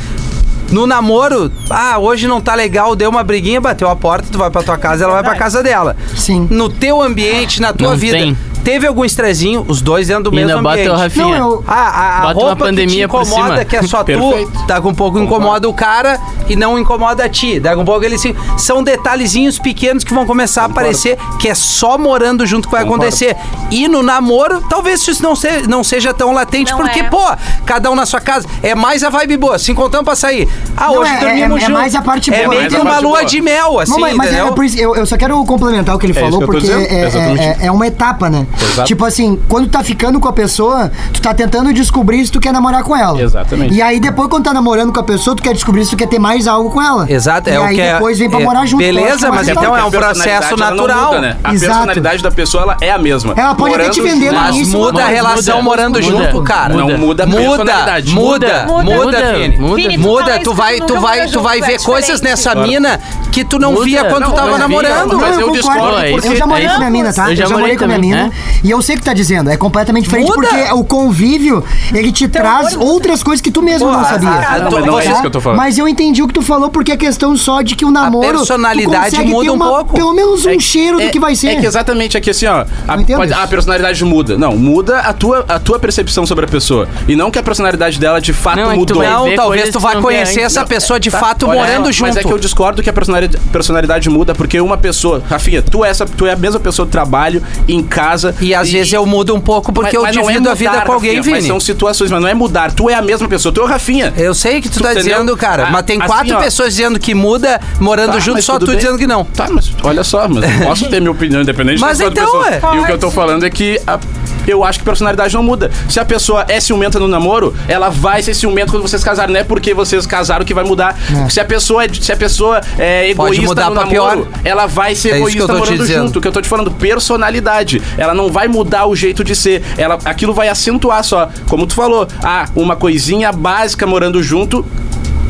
A: no namoro, ah, hoje não tá legal, deu uma briguinha, bateu a porta, tu vai pra tua casa, ela vai pra casa dela.
C: Sim.
A: No teu ambiente, na tua
E: Não
A: vida.
E: tem.
A: Teve algum estressinho, os dois dentro do mesmo
E: Ainda
A: ambiente.
E: bota o Rafinha.
C: Não, eu-
A: Ah, a, a
E: Bota uma
A: roupa
E: pandemia
A: que te
E: por
A: incomoda,
E: cima.
A: que é só tu,
B: Perfeito.
A: dá com um pouco incomoda o cara e não incomoda a ti. Daqui um pouco ele se... São detalhezinhos pequenos que vão começar a aparecer, que é só morando junto que vai
B: Concordo.
A: acontecer. E no namoro, talvez isso não, se- não seja tão latente,
D: Não
A: porque,
D: é.
A: pô, cada um na sua casa, é mais a vibe boa, se encontramos pra sair. Ah,
C: Não,
A: hoje
C: é-
A: dormimos
C: é- é
A: junto.
C: mais a parte
A: É
C: boa.
A: meio
B: Mais
A: que
B: a
A: uma
B: parte
A: lua
B: boa.
A: de mel, assim,
C: Não, mas, mas é,
A: entendeu?
C: por isso, eu, eu só quero complementar o que ele
B: isso
C: falou,
B: que eu tô
C: porque
B: dizendo,
C: é,
B: exatamente.
C: é- é uma etapa, né?
B: Exato.
C: Tipo assim, quando tu tá ficando com a pessoa, tu tá tentando descobrir se tu quer namorar com ela.
B: Exatamente.
C: E aí depois, quando tá namorando com a pessoa, tu quer descobrir se tu quer ter mais algo com ela.
A: Exato,
C: e
A: é o
C: aí
A: que é-
C: depois vem pra
A: é-
C: morar junto.
A: beleza,
C: Eu acho que
A: mas
C: mais
A: então
C: legal.
A: é um
B: Porque a
A: processo
B: personalidade, ela não
A: natural.
B: muda, né? A
C: Exato.
B: personalidade da pessoa ela é a mesma.
C: Ela pode até te vender
B: junto,
C: lá
A: Mas
C: isso,
A: muda a
C: mas-
A: relação
E: muda,
A: morando
E: muda,
A: junto, cara.
B: Não muda a
A: muda,
B: personalidade.
A: muda, muda,
D: Muda,
A: muda,
E: muda,
A: Vini.
E: muda.
D: Vini, tu fala
A: Muda,
D: isso,
A: tu vai,
D: tu
A: tu
D: nunca
A: vai,
D: morou
A: tu vai
D: junto, é
A: ver
D: diferente.
A: coisas nessa
B: Claro.
A: mina que tu não
E: Muda.
A: via quando
E: Não,
A: tu tava
E: mas Vini,
A: namorando.
B: Mas
C: não,
B: eu
C: eu
B: discordo,
C: concordo.
E: porque-
C: eu já morei com minha mina, tá?
E: Eu já morei
C: com minha
E: também,
C: mina.
E: né?
C: E eu sei o que tu tá dizendo. É completamente diferente
A: Muda.
C: porque o convívio, ele te traz outras coisas que tu mesmo
A: Pô,
C: não
A: a-
C: sabia.
A: a-
B: Não, mas não é isso que eu tô falando.
C: Mas eu entendi o que tu falou, porque é questão só de que o namoro. tu
A: personalidade
C: consegue
A: muda
C: ter
A: um
C: uma-
A: pouco.
C: Pelo menos um
B: É-
C: cheiro
B: é-
C: do que vai ser.
B: É que exatamente aqui assim, ó. A,
C: Não entendo
B: pode-
C: isso.
B: a personalidade muda. Não, muda a tua, a tua percepção sobre a pessoa. E não que a personalidade dela de fato
E: Não, é que tu
B: mudou.
E: vai
A: Não,
E: ver
A: talvez
E: coisas
A: tu
E: que
A: vá
E: não
A: conhecer
E: tem
A: essa
E: ainda.
A: pessoa de fato
B: tá- Olha,
A: morando
B: Mas é que eu
A: junto.
B: discordo que a personalidade, personalidade muda, porque uma pessoa, Rafinha, tu é, essa, tu é a mesma pessoa do trabalho, em casa.
A: E às vezes eu mudo um pouco porque eu
B: não é
A: divido a vida
B: mudar,
A: com alguém,
B: Rafinha, Mas
A: Vini.
B: são situações, mas não é mudar. Tu é a mesma pessoa, tu é o Rafinha.
A: Eu sei que tu,
B: Tu
A: tá
B: entendeu?
A: dizendo, cara,
B: Ah,
A: mas tem
B: assim,
A: quatro
B: ó.
A: pessoas dizendo que muda morando
B: Tá,
A: junto,
B: mas
A: só tu
B: tudo bem.
A: dizendo que não.
B: Tá, mas olha só, mas eu posso ter minha opinião independente
A: Mas
B: das outras
A: então,
B: pessoas.
D: ué.
B: E o que eu tô
D: Pode.
B: falando é que a- eu acho que personalidade não muda. Se a pessoa é ciumenta no namoro, ela vai ser ciumenta quando vocês casarem. Não é porque vocês casaram que vai mudar. Se a pessoa é, se a pessoa é
A: Pode
B: egoísta
A: mudar
B: no
A: pra
B: namoro,
A: pior.
B: ela vai ser
A: É isso que eu
B: egoísta
A: tô te
B: morando
A: dizendo.
B: junto. O que eu tô te falando, personalidade. Ela não vai mudar o jeito de ser. Ela, aquilo vai acentuar só. Como tu falou, ah, uma coisinha básica morando junto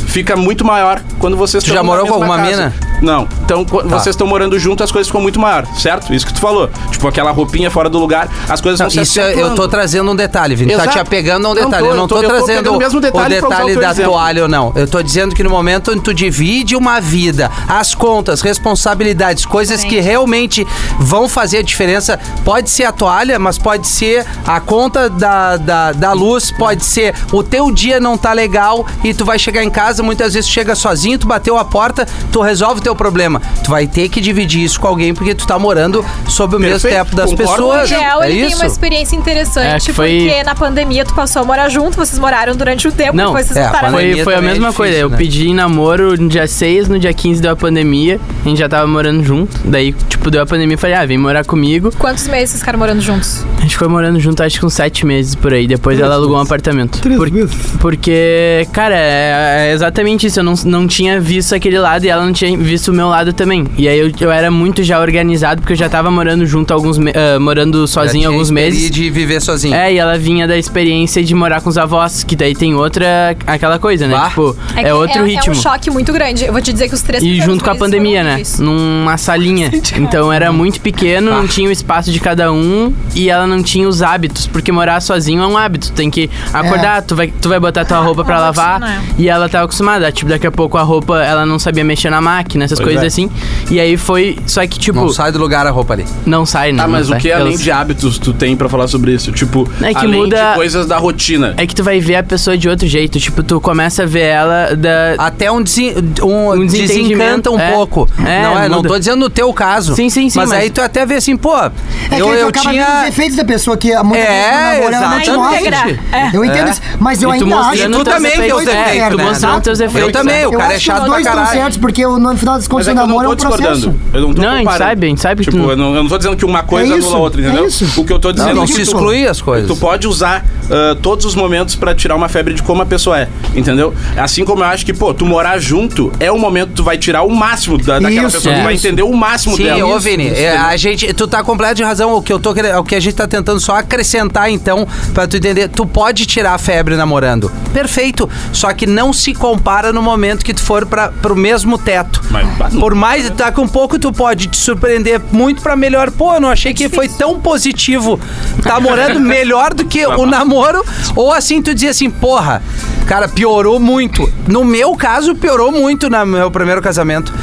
B: fica muito maior quando vocês
A: Tu já
B: estão na
A: morou com
B: mesma
A: alguma
B: casa.
A: mina? Tá.
B: Não. Então, co- vocês estão morando junto, as coisas ficam muito maior, certo? Isso que tu falou. Tipo, aquela roupinha fora do lugar, as coisas vão se
A: Isso é- eu tô
B: acentuando.
A: trazendo um detalhe, Vini. Tá
B: Exato.
A: te apegando a um
B: Não
A: detalhe.
B: tô,
A: eu não
B: eu
A: tô,
B: tô- eu tô
A: trazendo
B: pegando o mesmo detalhe
A: o
B: pra usar o
A: detalhe
B: teu
A: da
B: exemplo.
A: toalha ou não. Eu tô dizendo que no momento em que tu divide uma vida, as contas, responsabilidades, coisas que realmente vão fazer a diferença. Pode ser a toalha, mas pode ser a conta da, da, da luz, pode ser o teu dia não tá legal e tu vai chegar em casa, muitas vezes tu chega sozinho, tu bateu a porta, tu resolve o teu problema. Tu vai ter que dividir isso com alguém porque tu tá morando sob o mesmo
B: Perfeito,
A: teto das
B: concordo
D: O
A: pessoas.
D: Gel,
A: é
D: ele
A: isso?
D: tem uma experiência
E: É,
D: interessante,
E: que foi-
D: porque na pandemia tu passou a morar junto, vocês moraram durante o tempo,
E: Não,
D: depois vocês
A: é,
D: voltaram
A: pandemia
E: Foi, foi a
A: também é
E: mesma
A: difícil,
E: coisa. Eu
A: né?
E: pedi em namoro no dia 6, no dia 15 deu a pandemia. A gente já tava morando junto. Daí, tipo, deu a pandemia e falei, ah, vem morar comigo.
D: Quantos meses vocês ficaram morando juntos?
E: A gente foi morando junto, acho que uns sete meses por aí. Depois ela alugou um apartamento. Três
C: meses.
E: Porque, cara, é é exatamente isso. Eu não, não tinha visto aquele lado e ela não tinha visto o meu lado também. E aí eu, eu era muito já organizado, porque eu já tava morando junto alguns me- ah, morando sozinho
A: Já
E: alguns
A: tinha
E: meses.
A: experiência de viver sozinho.
E: É, e ela vinha da experiência de morar com os avós, que daí tem outra aquela coisa, né?
A: Bah.
E: Tipo,
D: que
E: é, outro ritmo.
D: É um choque muito grande. Eu vou te dizer que os três
E: E
D: primeiros
E: junto com a
D: meses foram
E: pandemia, né?
D: horríveis.
E: Numa salinha. Então era muito pequeno, não tinha o espaço de cada um e ela não tinha os hábitos, porque morar sozinho é um hábito. Tem que acordar, tu, vai, tu vai botar tua roupa pra
D: É. Ótimo,
E: lavar. tá
D: né?
E: E ela tava acostumada. Tipo, daqui a pouco a roupa ela não sabia mexer na máquina, essas
B: Pois
E: coisas
B: é.
E: assim. E aí foi. Só que, tipo.
A: Não sai do lugar a roupa ali.
E: Não sai, né? não.
B: Tá, mas
E: não
B: o
E: sai.
B: que além
E: Elas-
B: de hábitos tu tem pra falar sobre isso? Tipo,
E: É que
B: além
E: muda-
B: de coisas da rotina.
E: É que tu vai ver a pessoa de outro jeito. Tipo, tu começa a ver ela da.
A: Até um, desen, um,
E: Um desentendimento,
A: desencanta um
E: é.
A: pouco.
E: É,
A: não, é, não
E: muda.
A: tô dizendo no teu caso.
E: Sim, sim, sim,
A: Mas,
E: mas-
A: aí tu até vê assim, pô,
C: É
A: eu,
C: que aí tu
A: eu
C: acaba vendo os
A: tinha.
C: defeitos da pessoa, que a mulher
A: É,
C: não te
A: exatamente.
C: mostra. Eu entendo isso, mas eu
E: E tu
C: ainda acho...
E: mostrando
A: E tu
E: teus
A: também, que eu
E: defeitos, é,
A: defeito,
E: Tu
A: né?
E: mostrando teus
C: Eu
E: defeitos.
A: Eu também,
E: é.
A: o cara é chato
C: os
A: pra
C: dois estão
A: caralho.
C: certos, porque o- no final das
B: Mas
C: contas o
B: é que eu não
C: namoro é
B: tô
C: um processo.
B: discordando. Eu não tô
E: Não, a gente
B: comparando.
E: sabe, a gente sabe que
B: tipo,
E: tu não-
B: eu, não, eu não tô dizendo que uma coisa
C: isso,
B: anula a outra,
C: é
B: entendeu?
C: isso.
B: o que eu tô dizendo
A: Não,
B: é
A: não
B: que
A: se
B: tu-
A: exclui as coisas.
B: Tu pode usar ah, todos os momentos pra tirar uma febre de como a pessoa é, entendeu? Assim como eu acho que, pô, tu morar junto é o momento que tu vai tirar o máximo da, daquela
C: Isso,
B: pessoa. Tu vai
E: isso.
B: entender o máximo
A: É. Sim,
B: dela.
A: ô Vini, é, a gente, tu tá completo de razão. O que, eu tô, querendo- o que a gente tá tentando só acrescentar, então, pra tu entender. Tu pode tirar a febre namorando. Perfeito. Só que não se compara no momento que tu for pra, pro mesmo teto.
B: Mas-
A: Por mais que tá com pouco, tu pode te surpreender muito pra melhor. Pô, eu não achei que foi tão positivo. Tá [LAUGHS] morando melhor do que o namoro. Ou assim, tu diz assim, porra, cara, piorou muito. No meu caso, piorou muito no meu primeiro casamento.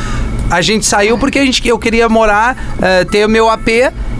A: A gente saiu porque a gente, eu queria morar, eh, ter o meu AP,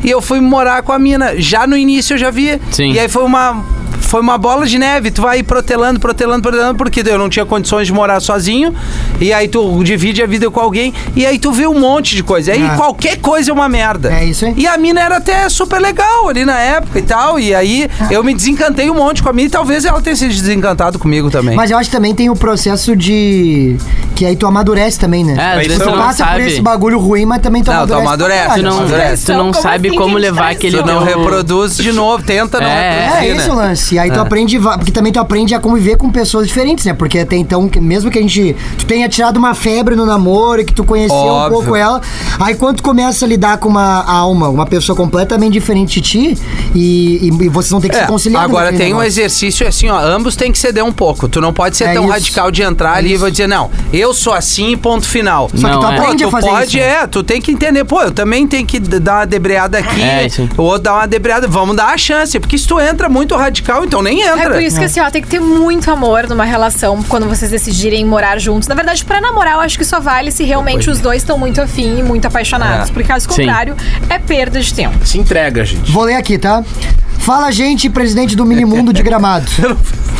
A: e eu fui morar com a mina. Já no início eu já vi.
E: Sim.
A: E aí foi uma. Foi uma bola de neve, tu vai protelando, protelando, protelando, porque eu não tinha condições de morar sozinho, e aí tu divide a vida com alguém, e aí tu vê um monte de coisa. Aí
C: É.
A: qualquer coisa é uma merda.
C: É isso aí.
A: E a mina era até super legal ali na época e tal, e aí eu me desencantei um monte com a mina, e talvez ela tenha se desencantado comigo também.
C: Mas eu acho que também tem o processo de... Que aí tu amadurece também, né?
E: É, às
B: Mas
E: vezes
B: isso
E: tu
C: Tu
B: não
E: não
C: passa por esse
E: sabe.
C: bagulho ruim, mas também tu
A: Não, tu
C: amadurece. pra
A: amadurece,
B: Ah,
E: Tu
C: caralho.
E: não,
A: Amadurece.
B: é.
E: tu não
D: Como
E: sabe
D: assim
E: como
D: que a gente
E: levar
D: traz
E: aquele
A: Tu não
E: teu-
A: reproduz de novo, tenta não
E: É.
C: um É,
A: reproduzir,
C: esse
A: né?
C: o lance. Aí tu aprende, va- porque também tu aprende a conviver com pessoas diferentes, né? Porque até então, que- mesmo que a gente. Tu tenha tirado uma febre no namoro, que tu conheceu um
A: Óbvio.
C: pouco ela. Aí quando tu começa a lidar com uma alma, uma pessoa completamente diferente de ti, e, e, e vocês vão ter que
A: É,
C: se conciliar. né,
A: agora
C: naquele
A: tem um
C: negócio.
A: exercício assim, ó, ambos têm que ceder um pouco. Tu não pode ser
C: É
A: tão
C: isso.
A: radical de entrar ali e vou dizer, não, eu sou assim, ponto final.
C: Só
E: Não,
C: que tu
E: é.
C: aprende
A: Pô,
C: a
A: tu
C: fazer
A: pode,
C: isso. né?
A: é, tu tem que entender, pô, eu também tenho que d- dar uma debreada aqui,
E: É, sim.
A: ou dar uma debreada, vamos dar a chance, porque se tu entra muito radical, então nem
D: É
A: entra.
D: por isso que assim, ó, tem que ter muito amor numa relação quando vocês decidirem morar juntos. Na verdade, pra namorar, eu acho que só vale se realmente os dois estão muito afim e muito apaixonados.
A: É.
D: Porque caso
E: Sim.
D: contrário, é perda de tempo.
B: Se entrega, gente.
C: Vou ler aqui, tá? Fala, gente, presidente do Minimundo
A: [LAUGHS]
C: de Gramado.
A: [LAUGHS]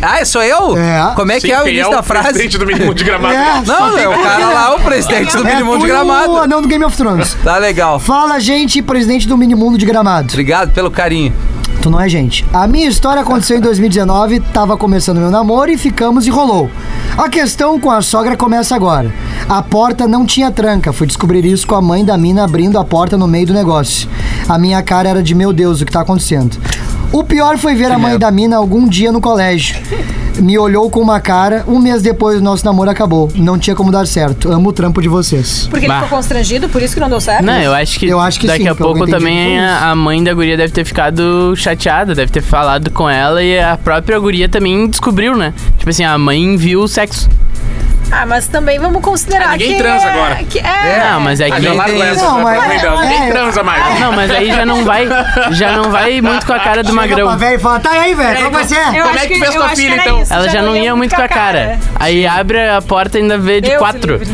A: Ah, sou eu?
C: É.
A: Como é que é o
B: Quem
A: início
B: o
A: da frase?
B: presidente do mínimo de gramado.
C: É, só
A: Não,
C: tem
A: é o
C: que
A: cara
C: combinar.
A: lá, o presidente do
C: É,
A: Minimundo
C: tu
A: de
C: e O
A: Gramado.
C: anão do Game of Thrones.
A: Tá legal.
C: Fala, gente, presidente do Minimundo de Gramado.
A: Obrigado pelo carinho.
C: Tu não é gente. A minha história aconteceu em 2019, tava começando meu namoro e ficamos e rolou. A questão com a sogra começa agora. A porta não tinha tranca, fui descobrir isso com a mãe da mina abrindo a porta no meio do negócio. A minha cara era de meu Deus, o que tá acontecendo? O pior foi ver a mãe da mina algum dia no colégio. Me olhou com uma cara, um mês depois o nosso namoro acabou. Não tinha como dar certo. Amo o trampo de vocês.
D: Porque
E: Bah.
D: ele ficou constrangido, por isso que não deu certo.
E: Não, eu acho que,
C: Eu acho que
E: daqui
C: sim,
E: a
C: que eu
E: pouco
C: entendi
E: também
C: tudo
E: a, a mãe da guria deve ter ficado chateada, deve ter falado com ela e a própria guria também descobriu, né? Tipo assim, a mãe viu o sexo.
D: Ah, mas também vamos considerar
B: Ah, ninguém
D: que
B: transa
D: é-
B: agora.
D: que é-
E: Não, mas é
B: Ah,
E: que.
B: já largo
A: tem-
B: essa.
C: Não,
B: né?
C: mas-
B: Tá cuidando.
C: é-
B: Nem transa mais.
E: Não, mas aí já não vai. Já não vai muito com a cara do
C: Chega pra
E: magrão.
C: velho e fala, tá aí, velho, qual vai ser?
D: Eu
B: Como
D: acho
B: é que tu fez
D: eu
B: tua
D: acho que
B: filha,
D: era
B: então?
D: isso,
E: Ela já não ia muito com a cara. Aí abre a porta e ainda vê de
D: Deus
E: quatro.
D: livre.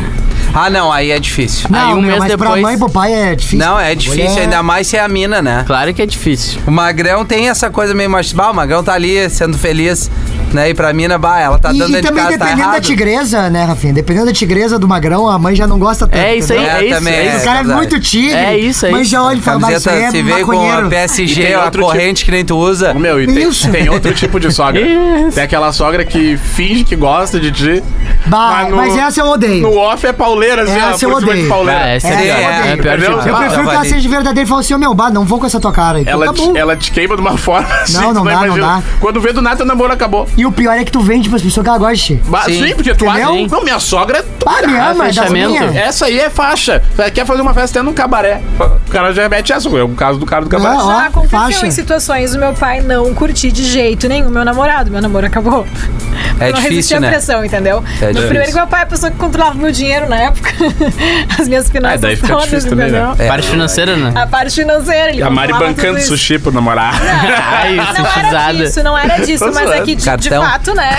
A: Ah, não, aí é difícil.
E: Aí um
C: meu,
E: mês
C: mas pra
E: depois-
C: mãe e pro pai é difícil.
A: Não, é difícil,
C: Mulher-
A: ainda mais se é a mina, né?
E: Claro que é difícil.
A: O Magrão tem essa coisa meio machista. Bah, o Magrão tá ali sendo feliz, né? E pra mina, bah, ela tá
C: E,
A: dando
C: e
A: dentro de
C: também
A: casa, tá
C: dependendo da
A: errado.
C: tigresa, né, Rafinha? Dependendo da tigresa do magrão, a mãe já não gosta tanto.
E: É isso aí,
C: entendeu?
A: É,
E: é isso.
A: também
E: é
A: é.
E: isso.
C: O cara é
A: verdade.
C: muito tigre.
E: É isso, é
C: Mãe
E: isso.
C: já olha e fala, mas isso
A: Camiseta,
C: é
A: se veio com a
C: maconheiro.
B: E
A: PSG,
B: tem
A: a
B: outro tipo-
A: corrente que nem tu usa.
B: Ô, Meu, e tem,
C: Isso.
B: tem outro tipo de sogra. Tem aquela sogra que finge que gosta de ti.
C: Bah,
B: no-
C: mas essa eu odeio.
B: No off é pauleira, assim,
C: Essa
B: ó,
C: eu
B: por cima de
C: odeio.
B: pauleira.
E: Ah, essa é,
C: É,
E: pior.
C: é,
E: É, a pior
B: entendeu?
E: tipo.
C: Eu
A: Ah,
C: prefiro que ela
A: valeu.
C: seja verdadeira e fale tá assim, ô meu, bah, não vou com essa tua cara. Então,
B: Ela,
C: tá
B: te,
C: bom.
B: ela te queima de uma [LAUGHS] forma assim,
C: não
B: tu
C: dá, não
B: imagina.
C: dá.
B: Quando vê do nada, o namoro acabou.
C: E o pior é que tu vende pras pessoas que ela gosta. de ti.
B: Ba-
A: Sim.
B: Sim, porque tu acha.
C: Entendeu?
B: Não, minha sogra é tu-
C: Bah, me ama, é das
E: fechamento.
C: minhas.
B: Essa aí é faixa. Ela quer fazer uma festa até num cabaré. O cara já mete essa. É o caso do cara do cabaré.
C: Não,
D: Já
C: Ó,
D: aconteceu
C: faixa.
D: em situações o meu pai não curtir de jeito nenhum meu namorado. Meu namoro acabou.
A: É
D: Eu não resisti
A: difícil,
D: à
A: né?
D: pressão, entendeu?
A: É
D: no
A: difícil.
D: primeiro que meu pai é a pessoa que controlava meu dinheiro, né? época. [LAUGHS] As minhas finanças.
B: Ah, daí fica
D: todas,
B: difícil também,
D: entendeu?
B: né?
E: Parte financeira, né?
B: Ah,
D: A parte financeira. ele
B: A Mari
D: controlava
B: bancando
D: tudo isso.
B: sushi pro namorado.
E: Ai,
D: Não era
E: sushizada.
D: disso, não era disso,
B: Tô
D: mas é
B: zoando.
D: que de, de
A: Cartão.
D: fato, né?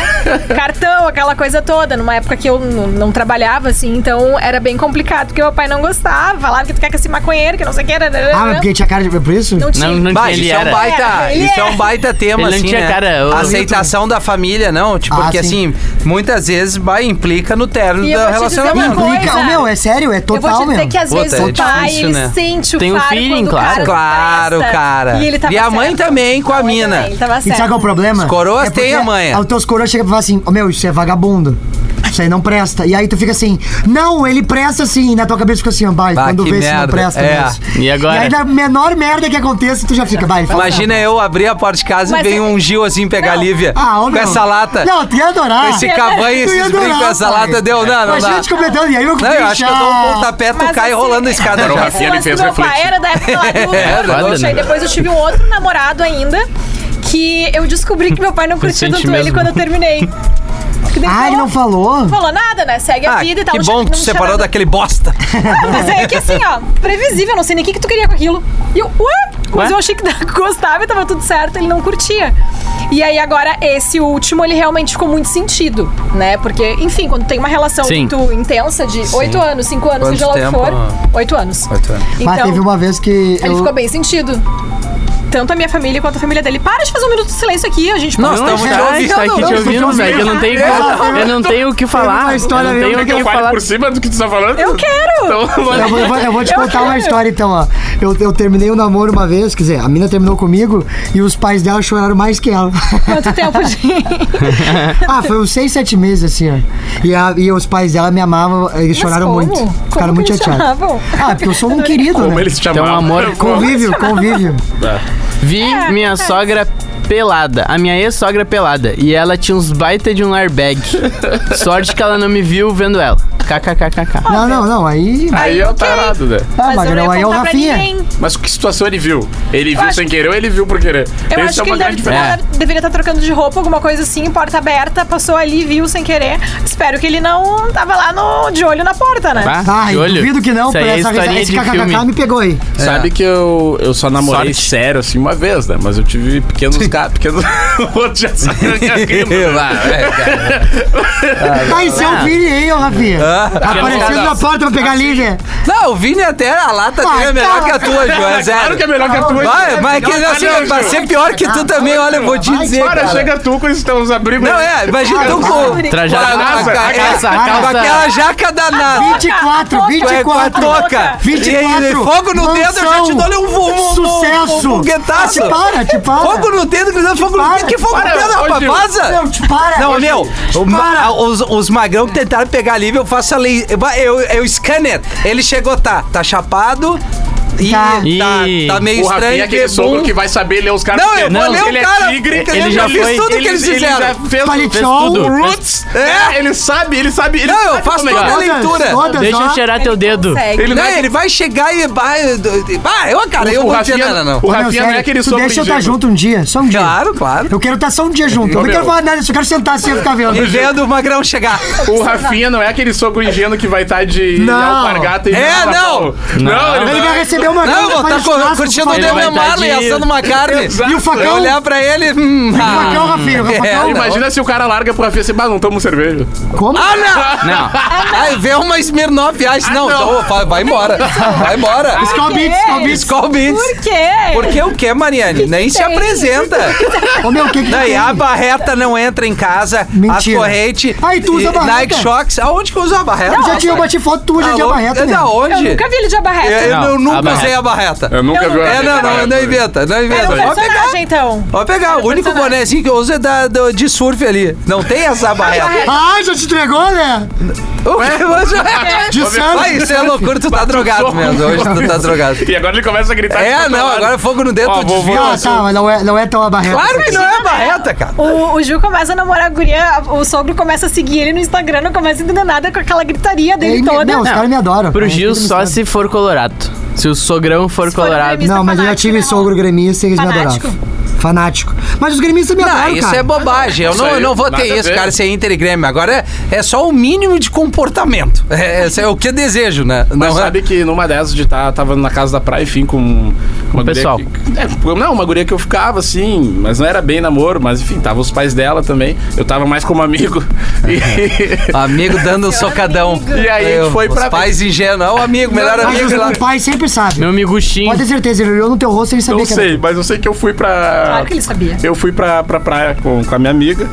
D: Cartão, aquela coisa toda. Numa época que eu n- não trabalhava, assim, então era bem complicado, porque meu pai não gostava. Falava que tu quer que esse maconheiro, que não sei o que né, era.
C: Ah, mas porque tinha cara de. Por isso?
D: Não tinha.
E: Não, não
A: Bah,
E: tinha, ele
A: isso é um
E: era.
A: baita,
D: Ele
A: isso é
D: era.
A: um baita tema,
E: Ele não
A: assim,
E: tinha
A: né?
E: cara, ô,
A: Aceitação da família, não, tipo,
C: Ah,
A: porque
C: sim.
A: assim, muitas vezes bah, implica no término
D: E eu
A: do
D: vou te dizer uma
A: relacionamento.
D: coisa.
C: Implica. Meu, é sério, é
D: eu vou
C: total
D: te dizer
C: mesmo.
D: que às
A: Puta,
D: vezes
A: é
D: o pai,
E: difícil,
D: ele
E: né?
D: sente o
E: Tem um
D: faro
E: feeling,
D: quando o
E: claro.
D: cara
A: Claro,
D: presta.
A: cara.
D: E ele tava
A: E a mãe
D: certo.
A: também com a
D: mãe
A: mina.
D: também, Ele tava
C: E
D: certo.
C: sabe qual é o problema?
A: Os coroas
C: porque
A: têm a manha.
C: Os teus coroas chegam e falam assim, "Ô, meu, isso é vagabundo. Isso aí não presta. E aí tu fica assim, não, ele presta sim. E na tua cabeça fica assim, ó, vai,
A: Bah,
C: quando
A: que
C: vê se não
A: merda.
C: presta
A: É.
C: mesmo.
E: E agora?
C: E aí da menor merda que aconteça, tu já fica, vai, fala.
A: Imagina eu abrir a porta de casa
D: Mas
A: e vem
D: é-
A: um Gil assim pegar a Lívia
C: Ah, ô,
A: com
C: meu.
A: essa lata.
C: Não, tu ia
A: Com
C: adorar.
A: esse cavanho,
C: Tu ia
A: esses brincos,
C: adorar,
A: essa
C: pai.
A: lata deu. Não, não,
C: Imagina
A: não.
C: te completando, e aí eu
A: Não, eu acho que eu dou um pontapé, tu
D: Mas,
A: cai
D: assim,
A: rolando a [LAUGHS] escada
B: Era o
A: já.
B: Rafinha, ele
D: lance
B: fez
D: do meu pai
B: refletir.
D: era da época lá do
A: É,
D: Dutra,
E: foda, né?
D: Aí depois eu tive um outro namorado ainda, que eu descobri que meu pai não curtia
E: sente
D: tanto ele
E: mesmo.
D: quando eu terminei. Que daí
C: Ah, ele não falou?
D: falou nada, né? Segue a
A: Ah,
D: vida e tal.
A: que
D: não
A: bom
D: tinha-
A: que tu
D: não
A: separou
D: tinha nada.
A: daquele bosta.
D: Ah, Mas é que assim, ó, previsível, não sei nem o que, que tu queria com aquilo. E eu, ué? Mas
E: Ué?
D: eu achei que [LAUGHS] gostava e tava tudo certo, ele não curtia. E aí agora, esse último, ele realmente ficou muito sentido, né? Porque, enfim, quando tem uma relação
E: Sim.
D: muito intensa de oito anos, cinco anos,
A: Quanto
D: seja lá o que
A: tempo?
D: for. Oito anos.
A: Oito [LAUGHS] anos.
D: Então,
C: Mas teve uma vez que
D: ele
C: eu...
D: ficou bem sentido. Tanto a minha família quanto a família dele. Para de fazer um minuto de silêncio aqui, a gente
A: Não,
D: pode-
A: estamos
E: Não,
A: te
E: já
A: ouvindo,
E: estou aqui te
C: não,
E: ouvindo,
C: estou te
E: velho. Eu não tenho,
C: ouvindo.
E: eu não tenho o que
C: Tem uma
E: falar.
C: história
E: eu
C: minha
E: não
B: Quer que [LAUGHS]
E: tenho o
B: eu
E: que
B: fale
E: falar.
B: por cima do que tu tá falando?
D: Eu quero!
C: Eu vou, eu vou- eu vou te contar uma história então, ó. Eu, eu terminei o namoro uma vez, quer dizer, a mina terminou comigo e os pais dela choraram mais que ela. [LAUGHS]
D: Quanto tempo de...
C: ah, foi uns 6, 7 meses assim, ó. E, a- e os pais dela me amavam, eles choraram
D: como?
C: muito.
D: Como
C: Ficaram
D: que
C: muito
D: eles
C: chateados.
D: chamavam?
C: Ah, porque eu sou um querido,
B: Como
C: né?
B: ele se chamava?
E: Então, amor,
B: Eu-
C: Convívio,
D: [LAUGHS]
C: convívio.
E: Vi
D: É,
E: minha sogra pelada, a minha ex-sogra pelada, e ela tinha uns baita de um [LAUGHS] airbag. Sorte que ela não me viu vendo ela. KKKKK.
C: Ah, Não, não, não, aí.
B: Aí é o tarado, né?
C: Ah,
D: Mas eu não
C: Magrão,
D: ia
C: aí é o
D: contar pra
C: Rafinha.
D: ninguém.
B: Mas que situação ele viu? Ele viu
D: acho
B: sem querer ou ele viu por querer?
D: Eu
B: Esse
D: acho
B: é
D: que
B: uma
D: ele
B: grande
D: deve,
B: diferença.
D: ela deveria estar trocando de roupa, alguma coisa assim, porta aberta, passou ali, viu sem querer. Espero que ele não tava lá no, de olho na porta, né?
E: Tá?
C: Ai,
E: De olho.
C: Ah, duvido que não,
E: Isso
C: por
E: aí é
C: essa
E: historinha
C: esse
E: de filme. Tá,
C: kkkk me pegou aí.
B: Sabe que eu, eu só namorei
E: Sorte.
B: É. sério assim uma vez, né? Mas eu tive pequenos gatos, pequenos. [LAUGHS] o outro já
A: [LAUGHS]
B: saiu aqui, né?
C: Tá, esse é
E: Ah.
C: o Vini aí, ô Rafinha. Aparecendo
E: não.
C: na porta pra
E: Assim.
C: pegar a Lívia.
A: Não, o Vini até, a lata
C: Ah,
A: dele é melhor
C: tá.
A: que a tua, João, é
B: Claro
A: sério.
B: que é melhor que a tua.
A: Vai, mas é que
B: melhor
A: assim,
B: que não,
A: pra
B: Ju.
A: ser pior que tu também, olha, eu vou te
C: Vai,
A: dizer,
B: Para,
A: cara.
B: chega tu com esses teus abrigos.
A: Não, é, imagina tu com...
E: Trajado
A: com a-
B: calça,
A: com a-
B: a
E: calça,
A: é,
E: a
A: Com
E: calça.
A: aquela jaca danada.
C: 24,
A: Tu é com a
C: 24.
A: toca.
C: 24.
A: E aí, fogo no dedo, eu já te dou ali um, um, um,
C: Sucesso.
A: um, um guetaço.
C: Te para, te para.
A: Fogo no dedo, gritando fogo no
C: Para.
A: dedo. Que fogo no
B: Para,
A: dedo,
B: ô,
A: rapaz?
B: Gil.
A: Vaza.
C: Não, te para.
A: Não,
C: Ô,
A: meu,
C: Gil,
A: o
C: te
A: ma-
C: para. Tá.
A: a- os, os magrão que tentaram pegar a Lívia, eu faço a lei. Eu, eu, eu scanner. Ele chegou, tá, tá chapado. E
C: Tá.
A: tá,
E: Ih.
A: tá meio
B: O Rafinha é
A: estranho.
B: aquele sogro
A: bum.
B: que vai saber ler os caras.
A: Não, eu
B: pequenos.
A: vou ler o
B: ele
A: cara.
B: é tigre,
A: Ele
B: entendeu?
A: já foi-
B: fez tudo
A: ele-
B: que eles
A: ele já
B: fizeram.
A: fez-
C: Palichol.
B: O Roots, é, ele sabe, ele sabe. Ele
A: Não, eu
B: sabe
A: faço
B: como é que
A: toda
B: é.
A: a
C: Todas,
A: leitura.
C: todas,
E: Deixa
C: ó.
E: eu cheirar teu dedo.
D: Consegue.
B: Ele
A: Não,
B: não é
A: ele vai chegar e vai. Ah, eu, cara, eu
B: O
A: não vou dizer
B: Rafinha-
A: nada, não.
B: o
C: Ô, meu,
B: Rafinha não é
C: sério,
B: aquele
C: tu
B: sogro
C: Deixa eu estar
B: ingênuo.
C: junto um dia, só um dia.
A: Claro, claro.
C: Eu quero estar só um dia junto. Eu não
B: meu.
C: quero falar nada disso, eu quero sentar assim e ficar vendo.
A: E vendo o é magrão chegar.
B: O Rafinha não é aquele sogro ingênuo que vai estar de
C: Não.
B: alpargata e...
A: É, não.
B: Não, ele
C: Ele vai receber uma
A: Não,
C: grana,
A: vou
C: faz
A: tá
C: churrasco
A: co-
C: com
A: curtindo o
C: o
E: Ele
A: Demi
E: vai tá
A: Marley,
E: de-
A: assando uma carne.
B: Exato.
C: E o
A: Eu
C: facão?
A: olhar pra ele. Hum, ah.
C: facão, Rafinha, o facão.
A: É,
B: Imagina se o cara larga pro Rafinha assim, bah, não toma cerveja.
C: Como?
A: Ah, não!
E: Não,
A: Aí vê uma Smirnoff Ice. Não,
B: Ah, não.
A: então, vai, vai embora. Vai embora.
C: Skull Beats,
D: que
A: é.
C: Skull Beats.
A: Skull Beats.
D: Por quê?
A: Porque o que, Mariane? Nem se
D: tem?
A: apresenta.
C: Ô, meu, o que que
A: Daí
C: tem?
A: é a barreta não entra em casa, as
C: Mentira.
A: correntes.
C: Ah, e tu usa
A: e
C: barreta?
A: Nike Shox. Aonde que usa a barreta?
C: Já tinha, eu bati foto tua, já tinha barreta,
A: É
C: né?
A: da onde?
D: Eu nunca vi ele de
A: Eu,
D: abarreta.
A: eu
E: Não,
A: nunca
E: a barreta.
A: usei a barreta.
B: Eu nunca
D: Eu
B: vi
D: não-
B: uma
A: É, não, não, não inventa, não
D: Era
A: inventa.
D: um
A: Ó, pegar.
D: personagem, então.
A: Ó, pegar. O único
D: personagem.
A: bonézinho que eu uso é da, do- de surf ali. Não tem essa
D: [LAUGHS]
A: barreta.
C: Ah, já te entregou, né?
A: O que você-
D: [LAUGHS]
C: De
A: Ah,
C: sangue.
A: isso é loucura, tu tá drogado
B: som.
A: mesmo. Hoje tu tá drogado.
B: E agora ele começa a gritar. tá
A: É,
B: descontrolado.
A: não, agora fogo no dedo,
B: um Ó,
A: tu
B: vou-
A: desvia.
B: vou-
C: Ah, tá, mas não é, não é tão a barreta.
A: Claro que não é barreta, cara.
D: O, o Ju começa a namorar a guria, o sogro começa a seguir ele no Instagram, não começa a entender nada com aquela gritaria dele
C: Ei, me-
D: toda.
C: Não, os caras me adoram.
E: pro
C: cara.
E: Gil
C: Eles me
E: só
C: sabem.
E: se for colorado. Se o sogrão for
D: Se for
E: colorado.
D: gremista
C: Não, mas eu já
D: fanático,
C: tive
D: né,
C: sogro gremista e eles me
D: Fanático.
C: adoravam. fanático. Mas os gremistas me
A: Não,
C: adoram,
A: isso
C: cara.
A: é bobagem. Eu
B: Isso
A: não,
B: aí,
A: não votei
B: nada a
A: isso,
B: ver.
A: cara, se é Inter e Grêmio. Agora é, é só o mínimo de comportamento. É, esse é o que eu desejo, né?
B: Mas
A: não é-
B: sabe que numa dessas de tá, tava na casa da praia, enfim, com uma
E: o pessoal.
B: guria que- é, com- não, uma guria que eu ficava, assim, mas não era bem namoro, mas enfim, tava os pais dela também. Eu tava mais como amigo. [LAUGHS] E,
A: Amigo dando um socadão.
B: E aí a gente
A: Eu-
B: foi
A: os
B: pra-
A: pais ingênuos. Ah, o amigo, melhor
C: Mas
A: amigo lá.
C: o pai sempre sabe.
E: Meu amiguchinho.
C: Pode ter certeza, ele olhou no teu rosto sem saber
B: não
C: que era
B: sei, mas eu sei que eu fui pra.
D: Claro que ele sabia. Ah.
B: Eu fui pra, pra praia com, com a minha amiga.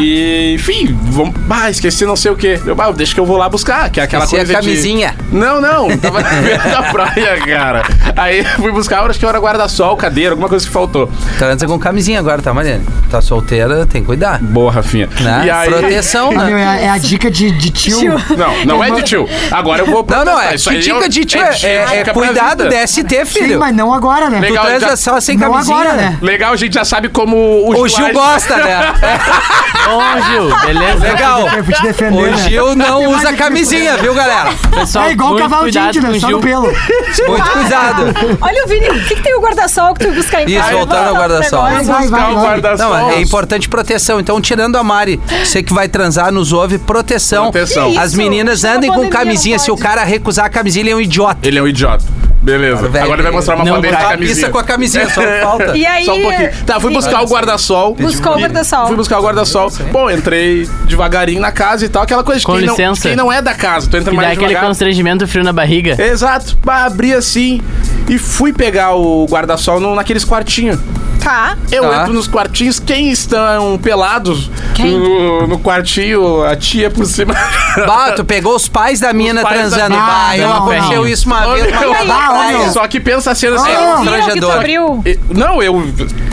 B: E, enfim, vamos, bah, esqueci não sei o quê. Eu, bah, deixa que eu vou lá buscar, que é aquela
A: Esqueci a
B: coisa de-
A: camisinha.
B: Não, não, tava na beira da
A: [LAUGHS]
B: praia, cara. Aí fui buscar, acho que era guarda-sol, cadeira, alguma coisa que faltou.
A: Transa Tá com camisinha agora, tá, Mariane? Tá solteira, tem que cuidar.
B: Boa, Rafinha.
A: Né?
B: E aí...
A: Proteção,
C: Meu,
A: né?
C: é, a- é a dica de, de tio.
B: Não, não é de tio. Agora eu vou
A: Não, não, é.
B: protestar. Isso
A: Que
B: aí
A: dica de tio é, é, é
B: dica pra
A: cuidado,
B: vida.
A: DST,
C: Sim,
A: filho.
C: mas não agora, né?
A: Tu
B: Legal,
A: transa
B: já-
A: só sem
C: Não
A: camisinha.
C: agora, né?
B: Legal, a gente já sabe como
A: O Gil
B: Age-
A: gosta, né? É
E: Ô, Gil, beleza?
A: Legal.
C: Eu fui te defender,
A: O
C: né?
A: Gil não usa camisinha, viu, galera?
E: Pessoal,
C: É igual
E: muito
C: cavalo de
E: cuidado
C: índio,
E: com
C: né?
E: o
C: Só no
E: Gil.
C: pelo.
A: Muito cuidado.
D: Olha o Vini, o que, que tem o guarda-sol que tu ia buscar em
A: Isso,
D: casa?
A: voltando ao
D: Volta pro
A: guarda-sol.
C: Vai,
D: negócio.
C: vai, vai.
B: Buscar o
C: vai.
B: guarda-sol.
A: Não, é importante proteção. Então, tirando a Mari, você que vai transar, nos ouve, proteção.
B: Proteção.
A: As
D: Isso,
A: meninas
D: na
A: andem com
D: pandemia não
A: camisinha. Se o
D: pode.
A: cara recusar a camisinha, ele é um idiota.
B: Ele é um idiota. Beleza.
A: Velho,
B: Agora ele vai mostrar uma
E: não,
B: bandeira da
A: Tá,
B: camisinha.
A: pista com a camisinha,
B: [LAUGHS]
A: só falta.
D: E aí...
B: Só um pouquinho. Tá, fui
D: e-
B: buscar o guarda-sol.
D: Buscou o
B: E-
D: guarda-sol.
B: Fui buscar o guarda-sol. Bom, entrei devagarinho na casa e tal. Aquela coisa de
E: Com
B: quem, Não,
E: licença.
B: de quem não é da casa. Tu entra
E: E dá
B: mais
E: aquele
B: devagar.
E: constrangimento frio na barriga.
B: Exato. Bah, abri assim e fui pegar o guarda-sol no- naqueles quartinhos.
D: Tá.
B: Eu
A: Tá.
B: entro nos quartinhos, quem estão pelados
D: Quem?
B: No, no quartinho, a tia
A: [LAUGHS]
B: por cima.
A: Bah, tu pegou os pais da mina
B: pais da-
A: transando.
B: Ah,
A: Bah, eu
C: não,
A: aconteceu
C: não.
A: isso uma
B: Ô,
A: vez.
B: meu,
A: mas-
C: Ah, ô, meu.
B: Só que pensa a cena assim.
C: Ah,
A: não.
D: Viram que tu
A: Constrangedor.
D: abriu?
B: E- Não, eu.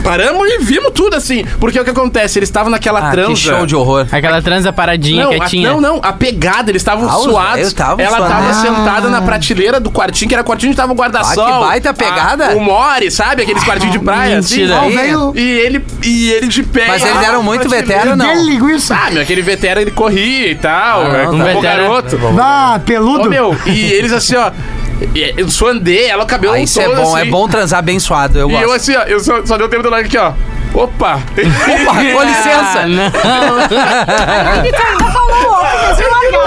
B: Paramos e vimos tudo assim. Porque o que acontece? Eles estavam naquela
A: Ah,
B: transa.
A: que show de horror.
E: Aquela transa paradinha,
B: Não, a,
E: quietinha.
B: não, não, a pegada, eles estavam
A: Ah, os velhos
B: suados.
A: estavam
B: ela
A: suados.
B: tava
A: Ah.
B: sentada na prateleira do quartinho, que era o quartinho onde tava o guarda-sol.
A: Ah, que baita pegada. Ah,
B: A- o More, sabe? Aqueles quartinhos de praia.
E: mentira.
C: Não,
A: Aí.
C: veio.
B: Assim. E ele, e ele de pé.
A: Mas
B: lá
A: eles eram
B: na
A: muito
B: prateleira.
A: veterano, não.
C: Dê linguiça.
B: Ah, meu, aquele veterano ele corria e tal.
A: Ah,
B: é,
A: não,
B: como
E: tá.
B: bom
E: Veterano.
B: garoto.
C: Vá, peludo.
B: Ô, meu, e eles assim, ó. e- Eu suandei, ela o cabelo
A: Ah, isso é
B: todo,
A: bom, é
B: assim.
A: bom transar abençoado. Eu
B: E eu
A: gosto.
B: assim, ó, eu só, só deu tempo do like aqui, ó. Opa! assim.
A: Opa, com licença.
E: Ah, não.
D: Ele ainda falou, ó, porque você não abriu.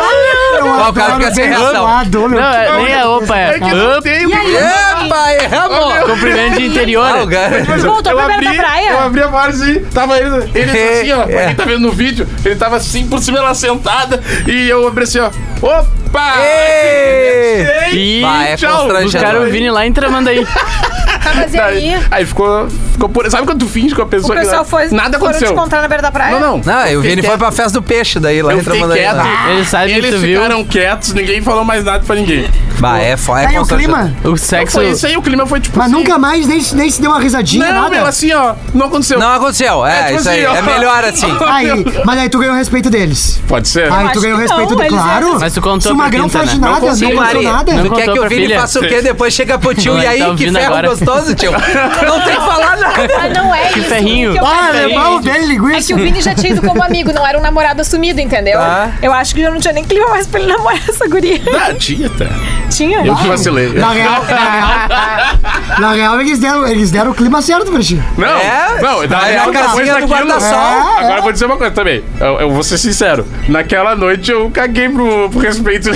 C: Eu
A: Ó, o cara
C: adoro
A: fica sem
C: bem
A: reação.
C: zoado, meu.
E: [LAUGHS] Não, é, nem a opa, é.
B: É que eu não
E: Up,
B: tenho.
D: E aí?
A: Epa, erramos!
E: cumprimento de
A: Ah, o
E: interior.
A: cara-
B: Mas
D: Voltou pra beira
B: abri-
D: da praia?
B: Eu abri a porta e tava ele, ele assim, ó.
A: É.
B: Pra quem tá vendo no vídeo, ele tava assim por cima ela sentada e eu abri assim, ó. Opa!
A: Ei!
E: E
A: Vai, é
B: tchau.
A: constrangedor.
E: buscaram o Vini lá em Tramandaí.
D: Tá, mas e aí?
B: Daí- Aí ficou, ficou por... Sabe quando tu finge com a
D: O
B: pessoa
D: pessoal
B: que
D: foi...
B: nada
D: foram
B: aconteceu?
D: te encontrar na beira da praia?
B: Não, não.
A: Não, e o Vini foi pra festa do peixe daí, lá
B: Eu
A: em
B: fiquei
A: Tramandaí.
B: quieto.
E: Ele sabe que
B: Eles
E: tu viu.
B: ficaram quietos, ninguém falou mais nada pra ninguém. É
A: Bah, é foda.
C: Tá Aí o clima.
E: O sexo.
B: Foi isso aí, o clima foi tipo
C: Mas
B: assim,
C: nunca mais nem, se- nem se deu uma risadinha,
B: Não,
C: nada.
B: meu, assim, ó, não aconteceu.
A: Não aconteceu, é,
B: tipo
A: isso aí.
B: assim, ó.
A: É melhor assim.
C: Aí, mas aí tu ganhou o respeito deles.
B: Pode ser?
C: Aí
D: acho
C: tu ganhou o
D: que não,
C: respeito do
D: eles
C: claro.
D: eram-
E: Mas tu contou
C: Se o
E: pra
C: Magrão
E: Quinta,
C: faz
E: né?
C: nada,
B: Não
C: não,
B: consigo,
C: aconteceu
A: Mari,
C: nada.
A: tu
E: Não
A: quer
E: contou
A: que o
E: pra
A: Vini
E: filha.
A: faça o quê? Depois chega pro tio
E: Vai,
A: e aí,
E: tá
A: que
E: ouvindo
A: ferro
E: agora.
A: gostoso, tio. Não tem que falar [LAUGHS] nada.
D: Mas não é isso.
E: ferrinho.
D: O que eu
C: Ah,
D: falei
C: levar o
D: é
C: dele
D: É que
C: linguiça.
D: o Vini já tinha ido como amigo, não era um namorado assumido, entendeu?
A: Tá.
D: Eu acho que já não tinha nem clima mais pra ele namorar essa guria.
B: Ah, tinha até.
D: Tinha?
B: Eu que vacilei.
C: Na real, na real- na real, eles deram, eles deram o clima certo pra ti.
B: Não,
A: É,
B: não,
A: vai
B: na
A: na
B: real, depois
A: casinha do
B: daquilo- né?
A: guarda-sol.
B: Agora
C: É.
B: eu vou dizer uma coisa também. Eu, eu vou ser sincero. Naquela noite eu caguei pro,
A: [LAUGHS]
B: pro respeito.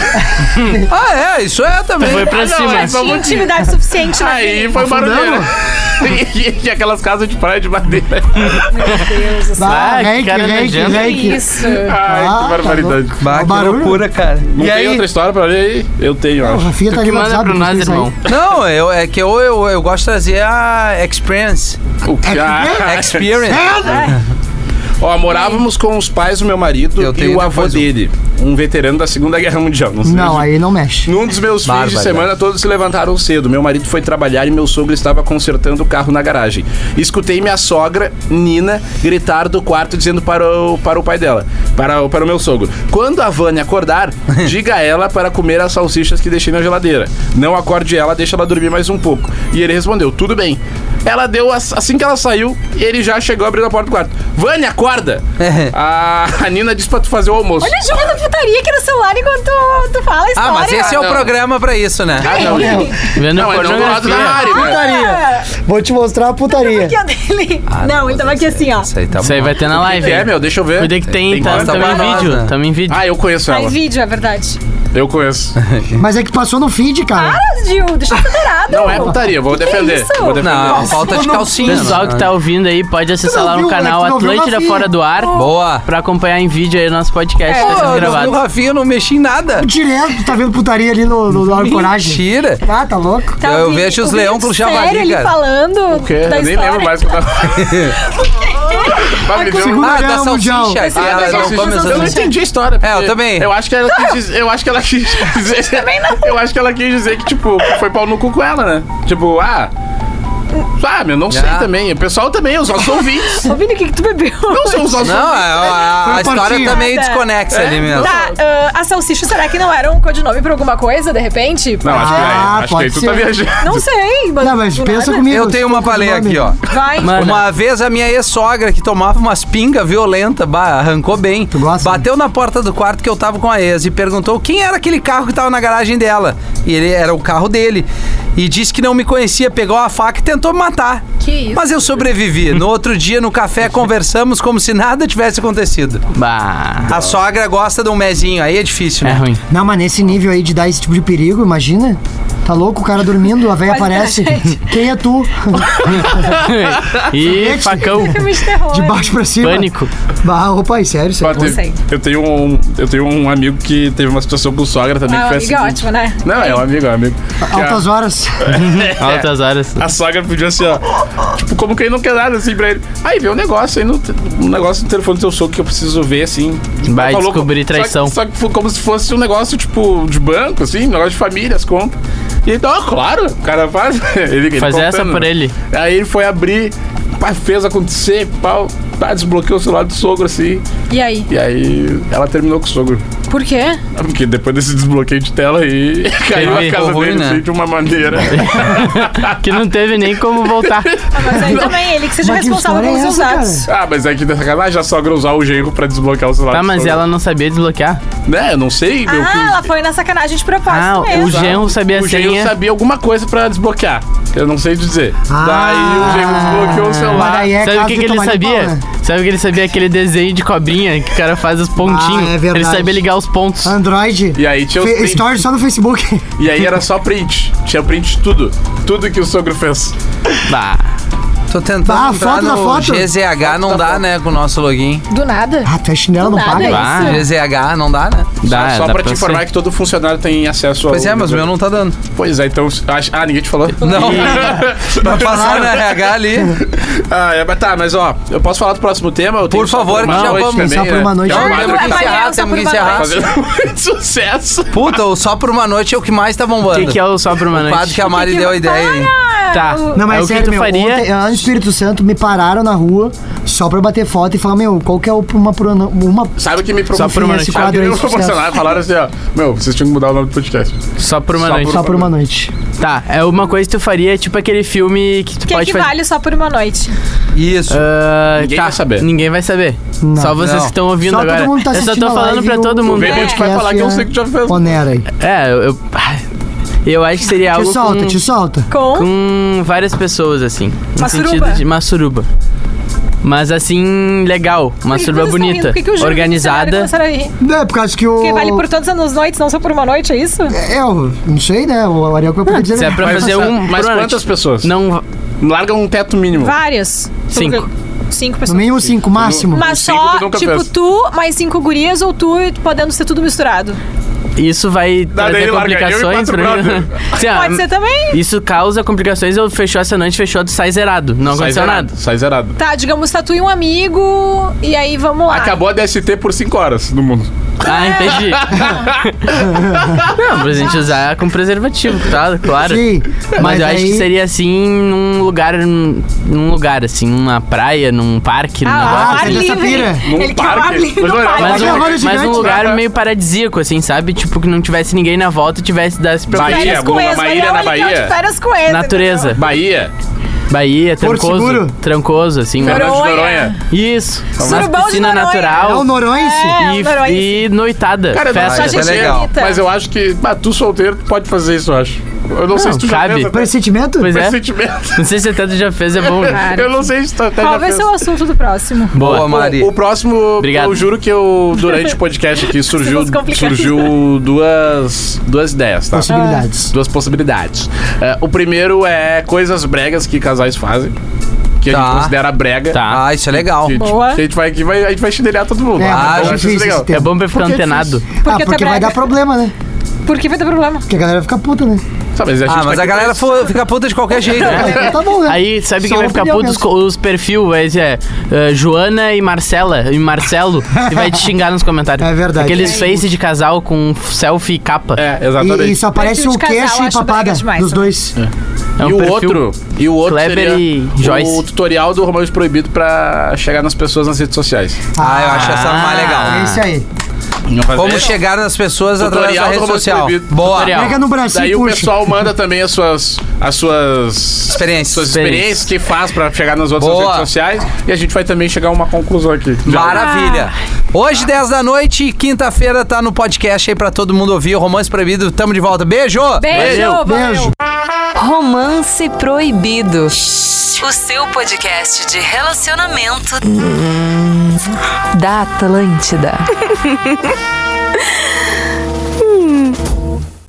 A: Ah, é, isso é também.
E: Foi pra
B: Ah, não,
E: cima.
B: mas vamos-
D: Tinha intimidade suficiente na
B: Aí
D: vida.
B: foi barulheira. [LAUGHS] E, e aquelas casas de praia de madeira.
C: Ah,
E: Ah, que
C: reiki,
E: cara
C: reiki,
E: nojento.
C: reiki.
D: Isso.
B: Ai,
C: Ah,
B: que barbaridade.
A: Bah, que
C: Barulho.
A: loucura, cara.
B: Não
A: e
B: tem
A: aí?
B: outra história pra ler aí? Eu tenho,
C: O
B: acho.
C: Rafinha tá
E: Tu que
C: ali, mas
E: manda
C: sabe
E: pra
C: do que
E: nós,
C: isso aí.
E: irmão.
A: Não, eu, é que eu, eu, eu gosto de trazer a experience.
B: O
C: É
B: que? Ah,
A: Experience.
E: é.
B: Ó, morávamos com os pais do meu marido
A: Eu
B: e
A: tenho
B: o avô
A: depois um.
B: dele, um veterano da Segunda Guerra Mundial. Não, sei
C: Não,
B: se-
C: aí não mexe.
B: Num dos meus fins de
A: Bárbaro.
B: semana, todos se levantaram cedo. Meu marido foi trabalhar e meu sogro estava consertando o carro na garagem. Escutei minha sogra, Nina, gritar do quarto dizendo para o, para o pai dela, para, o- para o meu sogro: Quando a Vânia acordar, diga a ela para comer as salsichas que deixei na geladeira. Não acorde ela, deixa ela dormir mais um pouco. E ele respondeu: Tudo bem. Ela deu, as- assim que ela saiu, ele já chegou abrindo a porta do quarto. Vânia, acorda! a, a Nina disse pra tu fazer o almoço.
D: Olha a jogando putaria aqui no celular enquanto tu, tu fala a história.
A: Ah, mas esse é o
B: não.
A: programa pra isso, né?
B: Ah, não, não.
E: Vendo
B: Não, é não do lado da
E: pornografia.
B: Mari, né?
D: Ah,
C: Vou te mostrar a putaria.
D: Aqui, ó, dele. não, ele tava aqui assim, ó.
A: Isso aí tá
E: Isso aí
A: bom.
E: vai ter na
B: que
E: live.
B: que é,
E: hein?
B: meu? Deixa eu ver.
E: Cuida que tem, tá,
A: coisa
E: tamo
A: pra
E: em
A: nós, né?
E: vídeo. Tamo em vídeo.
B: Ah, eu conheço
D: Aí
B: ela.
D: vídeo, é verdade.
B: Eu conheço.
C: Mas é que passou no feed, cara.
D: Para, Gil, deixa eu federado.
B: Não é putaria, vou defender.
D: isso?
B: Vou defender.
A: Não, falta de calcinha.
E: Pessoal
A: né?
E: que tá ouvindo aí, pode acessar
C: Tu não
E: lá
C: viu,
E: no canal
C: né? Tu não viu,
E: Atlântida
C: Rafinha?
E: Fora do Ar
A: Boa.
E: pra acompanhar em vídeo aí o nosso podcast.
C: É,
A: Pô,
E: tá sendo
A: eu vi o
E: gravado.
A: Rafinha, eu não mexi em nada.
C: Direto, tá vendo putaria ali no, no, no coragem.
A: Mentira.
C: Ah, tá louco?
D: Tá,
A: Eu
D: o vi-
A: vejo os
D: o
A: leão
D: vídeo
A: com o javali,
D: sério, ele
A: cara.
D: falando
B: Porque
D: da
B: eu nem
D: história.
B: lembro mais o que eu tava. [LAUGHS]
A: [LAUGHS]
B: Mas me deu-
C: Segunda
A: Ah,
C: Guerra
A: da
C: Mundial.
A: salsicha. que
D: Ah,
A: ela
D: da
A: não
D: salsicha,
A: come
D: da
A: as
B: Eu não
D: salsicha.
B: entendi a história. porque
A: eu também.
B: É, Eu acho que ela quis dizer. Eu acho que ela quis dizer. [LAUGHS] Eu acho que ela quis dizer que, tipo, foi pau no cu com ela, né? Tipo, ah. Ah, meu, não sei
A: Já.
B: também. O pessoal também, os nossos ouvintes. [LAUGHS]
D: Ô, Vini, Tá o que, que tu bebeu?
B: Não são os nossos
A: Não,
B: ouvintes.
A: a, a- a
C: Foi um
A: história
C: partinho.
A: tá meio desconexa ali mesmo.
D: Tá, ah, a salsicha, será que não era um codinome pra alguma coisa, de repente?
B: Não, acho que aí,
C: Ah,
B: acho que aí
C: pode
B: tu
C: ser.
B: tá viajando.
D: Não sei, mas.
C: Não, mas
D: do
C: pensa
D: nada.
C: comigo.
A: Eu tenho uma
C: Escuta o
A: palhinha
C: nome.
A: aqui, ó.
D: Vai.
E: Mano.
A: Uma vez a minha ex-sogra, que tomava umas pingas violentas, arrancou bem.
C: gosta, né?
A: bateu na porta do quarto que eu tava com a ex e perguntou quem era aquele carro que tava na garagem dela. E ele era o carro dele. E disse que não me conhecia, pegou a faca e tentou me matar.
D: Que isso?
A: Mas eu sobrevivi. No outro dia, no café, conversamos como se nada tivesse acontecido.
E: Bah.
A: A sogra gosta de um mezinho, aí é difícil,
E: É
A: né?
E: ruim.
C: Não, mas nesse nível aí de dar esse tipo de perigo, imagina. Tá louco, o cara dormindo, a velha
D: Pode dar,
C: aparece.
D: gente.
C: [LAUGHS] Quem é tu?
E: Ih, facão.
D: Filme de terror.
C: De baixo pra cima. [LAUGHS]
E: Pânico.
C: Bah, opa, é sério, isso aí.
B: Ó, teve-
D: sei.
B: eu, tenho um, eu tenho um amigo que teve uma situação com sogra também.
D: Ah,
B: que
D: o
B: foi a
D: amigo é
B: seguinte.
D: ótimo, né?
B: Não, é um amigo, é um amigo. Que a-
C: Altas horas.
E: Altas horas.
B: A sogra pediu assim, ó. Tipo, como que ele não quer nada assim pra ele? Aí veio um negócio aí no, te- um negócio no telefone do teu sogro que eu preciso ver, assim.
E: Vai
B: Ela só
E: descobrir
B: que-
E: traição.
B: Só que, foi como se fosse um negócio, tipo, de banco, assim, um negócio de família, as contas. E ele, ó, claro, o cara faz. [LAUGHS] Ele, ele
E: Fazer essa
B: contando,
E: por
B: né?
E: ele.
B: Aí ele foi abrir, pá, fez acontecer, pau, pá, desbloqueou o celular do sogro, assim.
D: E aí?
B: E aí ela terminou com o sogro.
D: Por quê?
B: Porque depois desse desbloqueio de tela aí, [LAUGHS] caiu
E: Ficou
B: a casa
A: ruim,
B: dele
A: né?
B: assim, de uma
E: [LAUGHS]
B: maneira.
E: Que não teve nem como voltar.
D: Ah, mas aí também, ele que seja
C: Mas que
D: responsável
C: história
D: pelos
C: é
D: seus
C: essa,
D: atos.
B: Ah, mas é que da sacanagem a sogra usar o genro pra desbloquear o celular.
E: Tá,
B: do
E: mas
B: sogro.
E: ela não sabia desbloquear.
B: Né, eu não sei, meu. que-
D: Ah, ela foi na sacanagem de propósito
E: Ah,
D: mesmo.
E: o genro sabia a
B: o genro
E: senha.
B: sabia alguma coisa pra desbloquear. Eu não sei dizer.
C: Ah.
B: Daí o genro desbloqueou o
C: Mas
B: celular.
C: daí é
E: Sabe o
C: caso
E: que,
C: de
E: que ele
C: tomar de
E: sabia?
C: pau, né?
E: Sabe o que ele sabia? Aquele desenho de cobrinha que o cara faz os pontinhos.
C: Ah, é
E: ele
C: verdade.
E: sabia ligar os pontos.
C: né? Android.
B: E aí tinha os
C: Fe-
B: print.
C: Stories só no Facebook. [LAUGHS]
B: E aí era só print. Tinha print de tudo. Tudo que o sogro fez.
E: Bah.
A: Tô tentando
C: Ah, a
A: entrar
C: foto da
A: no
C: foto?
A: GZH, não dá, né, com o nosso login.
D: Do nada.
C: Ah, tu é chinelo, não
D: Nada
C: paga?
D: isso.
E: Ah.
A: GZH, não dá, né?
E: Dá,
B: só só
E: dá
B: pra te
E: ser.
B: informar que todo funcionário tem acesso ao.
A: Pois é, mas o meu não tá dando.
B: Pois é, então. acho- Ah, ninguém te falou?
A: Não. Vai passar na RH ali.
B: [LAUGHS] ah, é, mas tá, mas ó, eu posso falar do próximo tema? Eu tenho
A: Por
B: só
A: favor,
B: por uma
A: que já
B: noite
A: vamos.
B: também,
C: Só por
B: né?
C: uma noite.
B: Que é um
D: Ah,
B: quadro
D: vai,
B: que
D: vai,
A: encerrar,
D: vai,
A: temos que
D: vai,
A: encerrar.
D: vai.
B: fazendo [LAUGHS] muito um sucesso.
A: Puta, o Só Por Uma Noite é o que mais tá bombando.
E: O que, que é o só pra uma
A: O quadro
E: noite?
A: que a Mari deu a ideia. hein?
E: Tá.
C: Não, mas
E: é o
C: sério,
E: que tu
C: meu,
E: faria.
C: ontem, lá no Espírito Santo, me pararam na rua só pra bater foto e falar, meu, qual que é o- uma... prono- uma...
B: Sabe o que me
C: Só por uma noite.
B: Sabe o que me
C: Quadro aí,
B: proporcionaram? Falaram assim, ó. Meu, vocês tinham que mudar o nome do podcast.
E: Só por uma
B: Só
E: noite.
C: Só por uma noite.
E: Tá, é uma coisa que tu faria, tipo aquele filme que tu
C: é
D: Que
E: pode
D: que
E: fazer.
D: vale só por uma noite?
A: Isso.
E: Ah,
B: Ninguém
E: tá,
B: vai saber.
E: Ninguém vai saber. Só vocês
A: Não.
E: que estão ouvindo
C: Só todo
E: agora.
C: mundo tá
E: eu só
C: assistindo
E: tô
C: a
E: falando
C: live
E: pra
C: do-
E: todo mundo.
B: Vem, vem. gente vai falar que eu
C: Esquece,
B: sei que já fez.
C: Onera aí.
E: É, eu. Eu, eu acho que seria
C: Te
E: algo.
C: solta,
E: com,
C: te solta.
D: Com.
E: com várias pessoas, assim. No
D: Uma
E: sentido
D: suruba?
E: de uma suruba. Mas assim, legal. Uma
D: Por que
E: suruba
D: vocês estão rindo?
E: bonita.
D: Por que que o júri do cenário
E: organizada.
D: começaram a rir?
C: Não, é por causa que o...
D: Porque vale por todas as noites, não só por uma noite, é isso?
C: É, eu não sei, né? O Ariel que vai
E: [LAUGHS]
C: poder dizer. né?
E: Se é pra
B: Mas-
E: fazer um.
B: Mas
E: por uma
B: quantas
E: noite.
B: pessoas?
E: Não.
B: Larga um teto mínimo.
D: Várias.
E: Cinco.
D: Cinco
C: No
D: pessoas.
C: mínimo cinco, máximo.
D: Mas
B: Cinco
D: só,
B: tu nunca
D: tipo,
B: fez.
D: tu mais cinco gurias ou tu e tu podendo ser tudo misturado.
E: Isso vai
B: Dá, daí
E: trazer
B: larga eu e
E: complicações
B: quatro
E: pra mim.
B: brother.
E: [LAUGHS] Assim, ó,
D: Pode ser também.
E: Isso causa complicações. Eu fechou essa noite, fechou, tu sai zerado.
B: Sai
E: Não aconteceu
B: zerado.
E: nada.
B: Sai zerado.
D: Tá, digamos, tatu e um amigo e aí vamos lá.
B: Acabou a DST por 5 horas no mundo. [LAUGHS]
E: Ah, entendi. não, pra gente usar com preservativo, tá? Claro.
C: Sim,
E: Mas,
C: mas
E: eu acho
C: aí-
E: que seria assim num lugar. Num, num lugar, assim, numa praia, num parque, num
D: Ah,
E: negócio. assim.
D: ar
C: tem dessa
D: livre.
C: pira.
B: Num
D: Ele quer o ar
B: parque.
D: livre
B: Mas é,
D: no
B: olha,
D: parque.
E: Mas,
C: Uma
E: um,
C: roda
E: mas
C: gigante.
E: um lugar meio paradisíaco, assim, sabe? Tipo, que não tivesse ninguém na volta, tivesse desse pra
B: Bahia,
D: Férias com
B: Bruna,
D: ex,
B: uma
D: Mariel,
B: ilha na
D: ele quer
B: Bahia.
D: de férias com então. ex,
E: Natureza.
B: Bahia.
E: Bahia,
C: Porto
E: trancoso.
C: Seguro.
E: Trancoso, assim. uma-
D: Noronha.
B: Fernando de Noronha.
E: Isso.
D: Surubão de
E: Uma piscina
D: Noronha.
C: É o
E: natural.
C: Noronense?
D: É.
E: e,
D: Noronha.
E: e noitada.
B: Cara, eu não
E: festa.
B: sei
A: Isso é
B: você,
A: legal.
B: mas eu acho que ah, tu solteiro tu pode fazer isso, eu acho. Eu não né? sei se tu já
E: cabe.
B: fez até.
C: Pressentimento?
E: Pois é.
B: Pressentimento.
E: Não sei se tanto já fez, é bom. né?
B: [LAUGHS] Eu não sei se tu até já
D: Qual vai
B: fez.
D: ser o assunto do próximo?
A: Boa,
B: O-
A: Mari.
B: O, próximo,
E: Obrigado.
B: eu juro que eu, durante o podcast aqui, surgiu,
D: Assuntos complicados.
B: surgiu duas, duas ideias, tá?
C: Possibilidades.
B: Duas possibilidades. É, o primeiro é coisas bregas que casais fazem, que a
A: Tá.
B: gente considera brega.
E: Tá.
A: Ah, isso é legal.
B: Que,
D: Boa.
B: que a gente vai, que vai, a gente vai chinelhar todo mundo.
A: Ah,
C: É,
B: eu
C: é
B: acho isso
C: difícil esse
B: legal.
C: tema.
E: É bom pra ficar
B: Porque é
E: antenado.
D: Porque
C: Ah,
D: tu é
C: porque vai
D: brega.
C: dar problema, né?
D: Por que vai ter problema?
C: Porque a galera fica puta, né?
B: Tá, mas a gente
A: Ah, mas
B: tá
A: a
B: aqui
A: galera
B: pra isso.
A: fo- fica puta de qualquer jeito. né?
C: Então tá bom, né?
E: Aí, sabe
C: Só
E: quem vai
C: uma
E: ficar
C: opinião
E: puto? Os,
C: mesmo.
E: co- os perfil, vai ser eh, Joana e Marcela, e Marcelo, e vai te xingar nos comentários.
C: [LAUGHS] É verdade.
E: Aqueles
C: É.
E: face de casal com selfie e capa. É,
B: É,
C: E,
B: exatamente.
C: e só aparece
D: Perfil de
C: o queixo
D: casal,
C: e
D: acho
C: papada
D: brega demais,
C: dos
D: também.
C: dois.
E: um
C: é
B: e o
E: perfil-
B: outro, e o outro
E: Kleber
B: seria
E: e Joyce.
B: o tutorial do Romance Proibido pra chegar nas pessoas nas redes sociais.
A: Ah, eu acho essa mais
C: É
A: legal.
C: isso aí.
B: Não fazer
A: Como
B: isso.
A: chegar nas pessoas através da
B: Tutorial do
A: rede
B: Romance
A: social.
B: Proibido.
A: Boa.
E: Tutorial.
C: Pega no bracinho
B: Daí
C: e
B: o
C: puxa.
B: pessoal manda também as suas as suas
A: Experiências.
B: suas experiências que faz pra chegar nas outras
A: Boa.
B: redes sociais e a gente vai também chegar a uma conclusão aqui.
A: Maravilha. Hoje, 10 da noite, quinta-feira, tá no podcast aí pra todo mundo ouvir. Romance Proibido, tamo de volta. Beijo!
D: Beijo, valeu.
C: Beijo.
F: Romance Proibido. O seu podcast de relacionamento da Atlântida.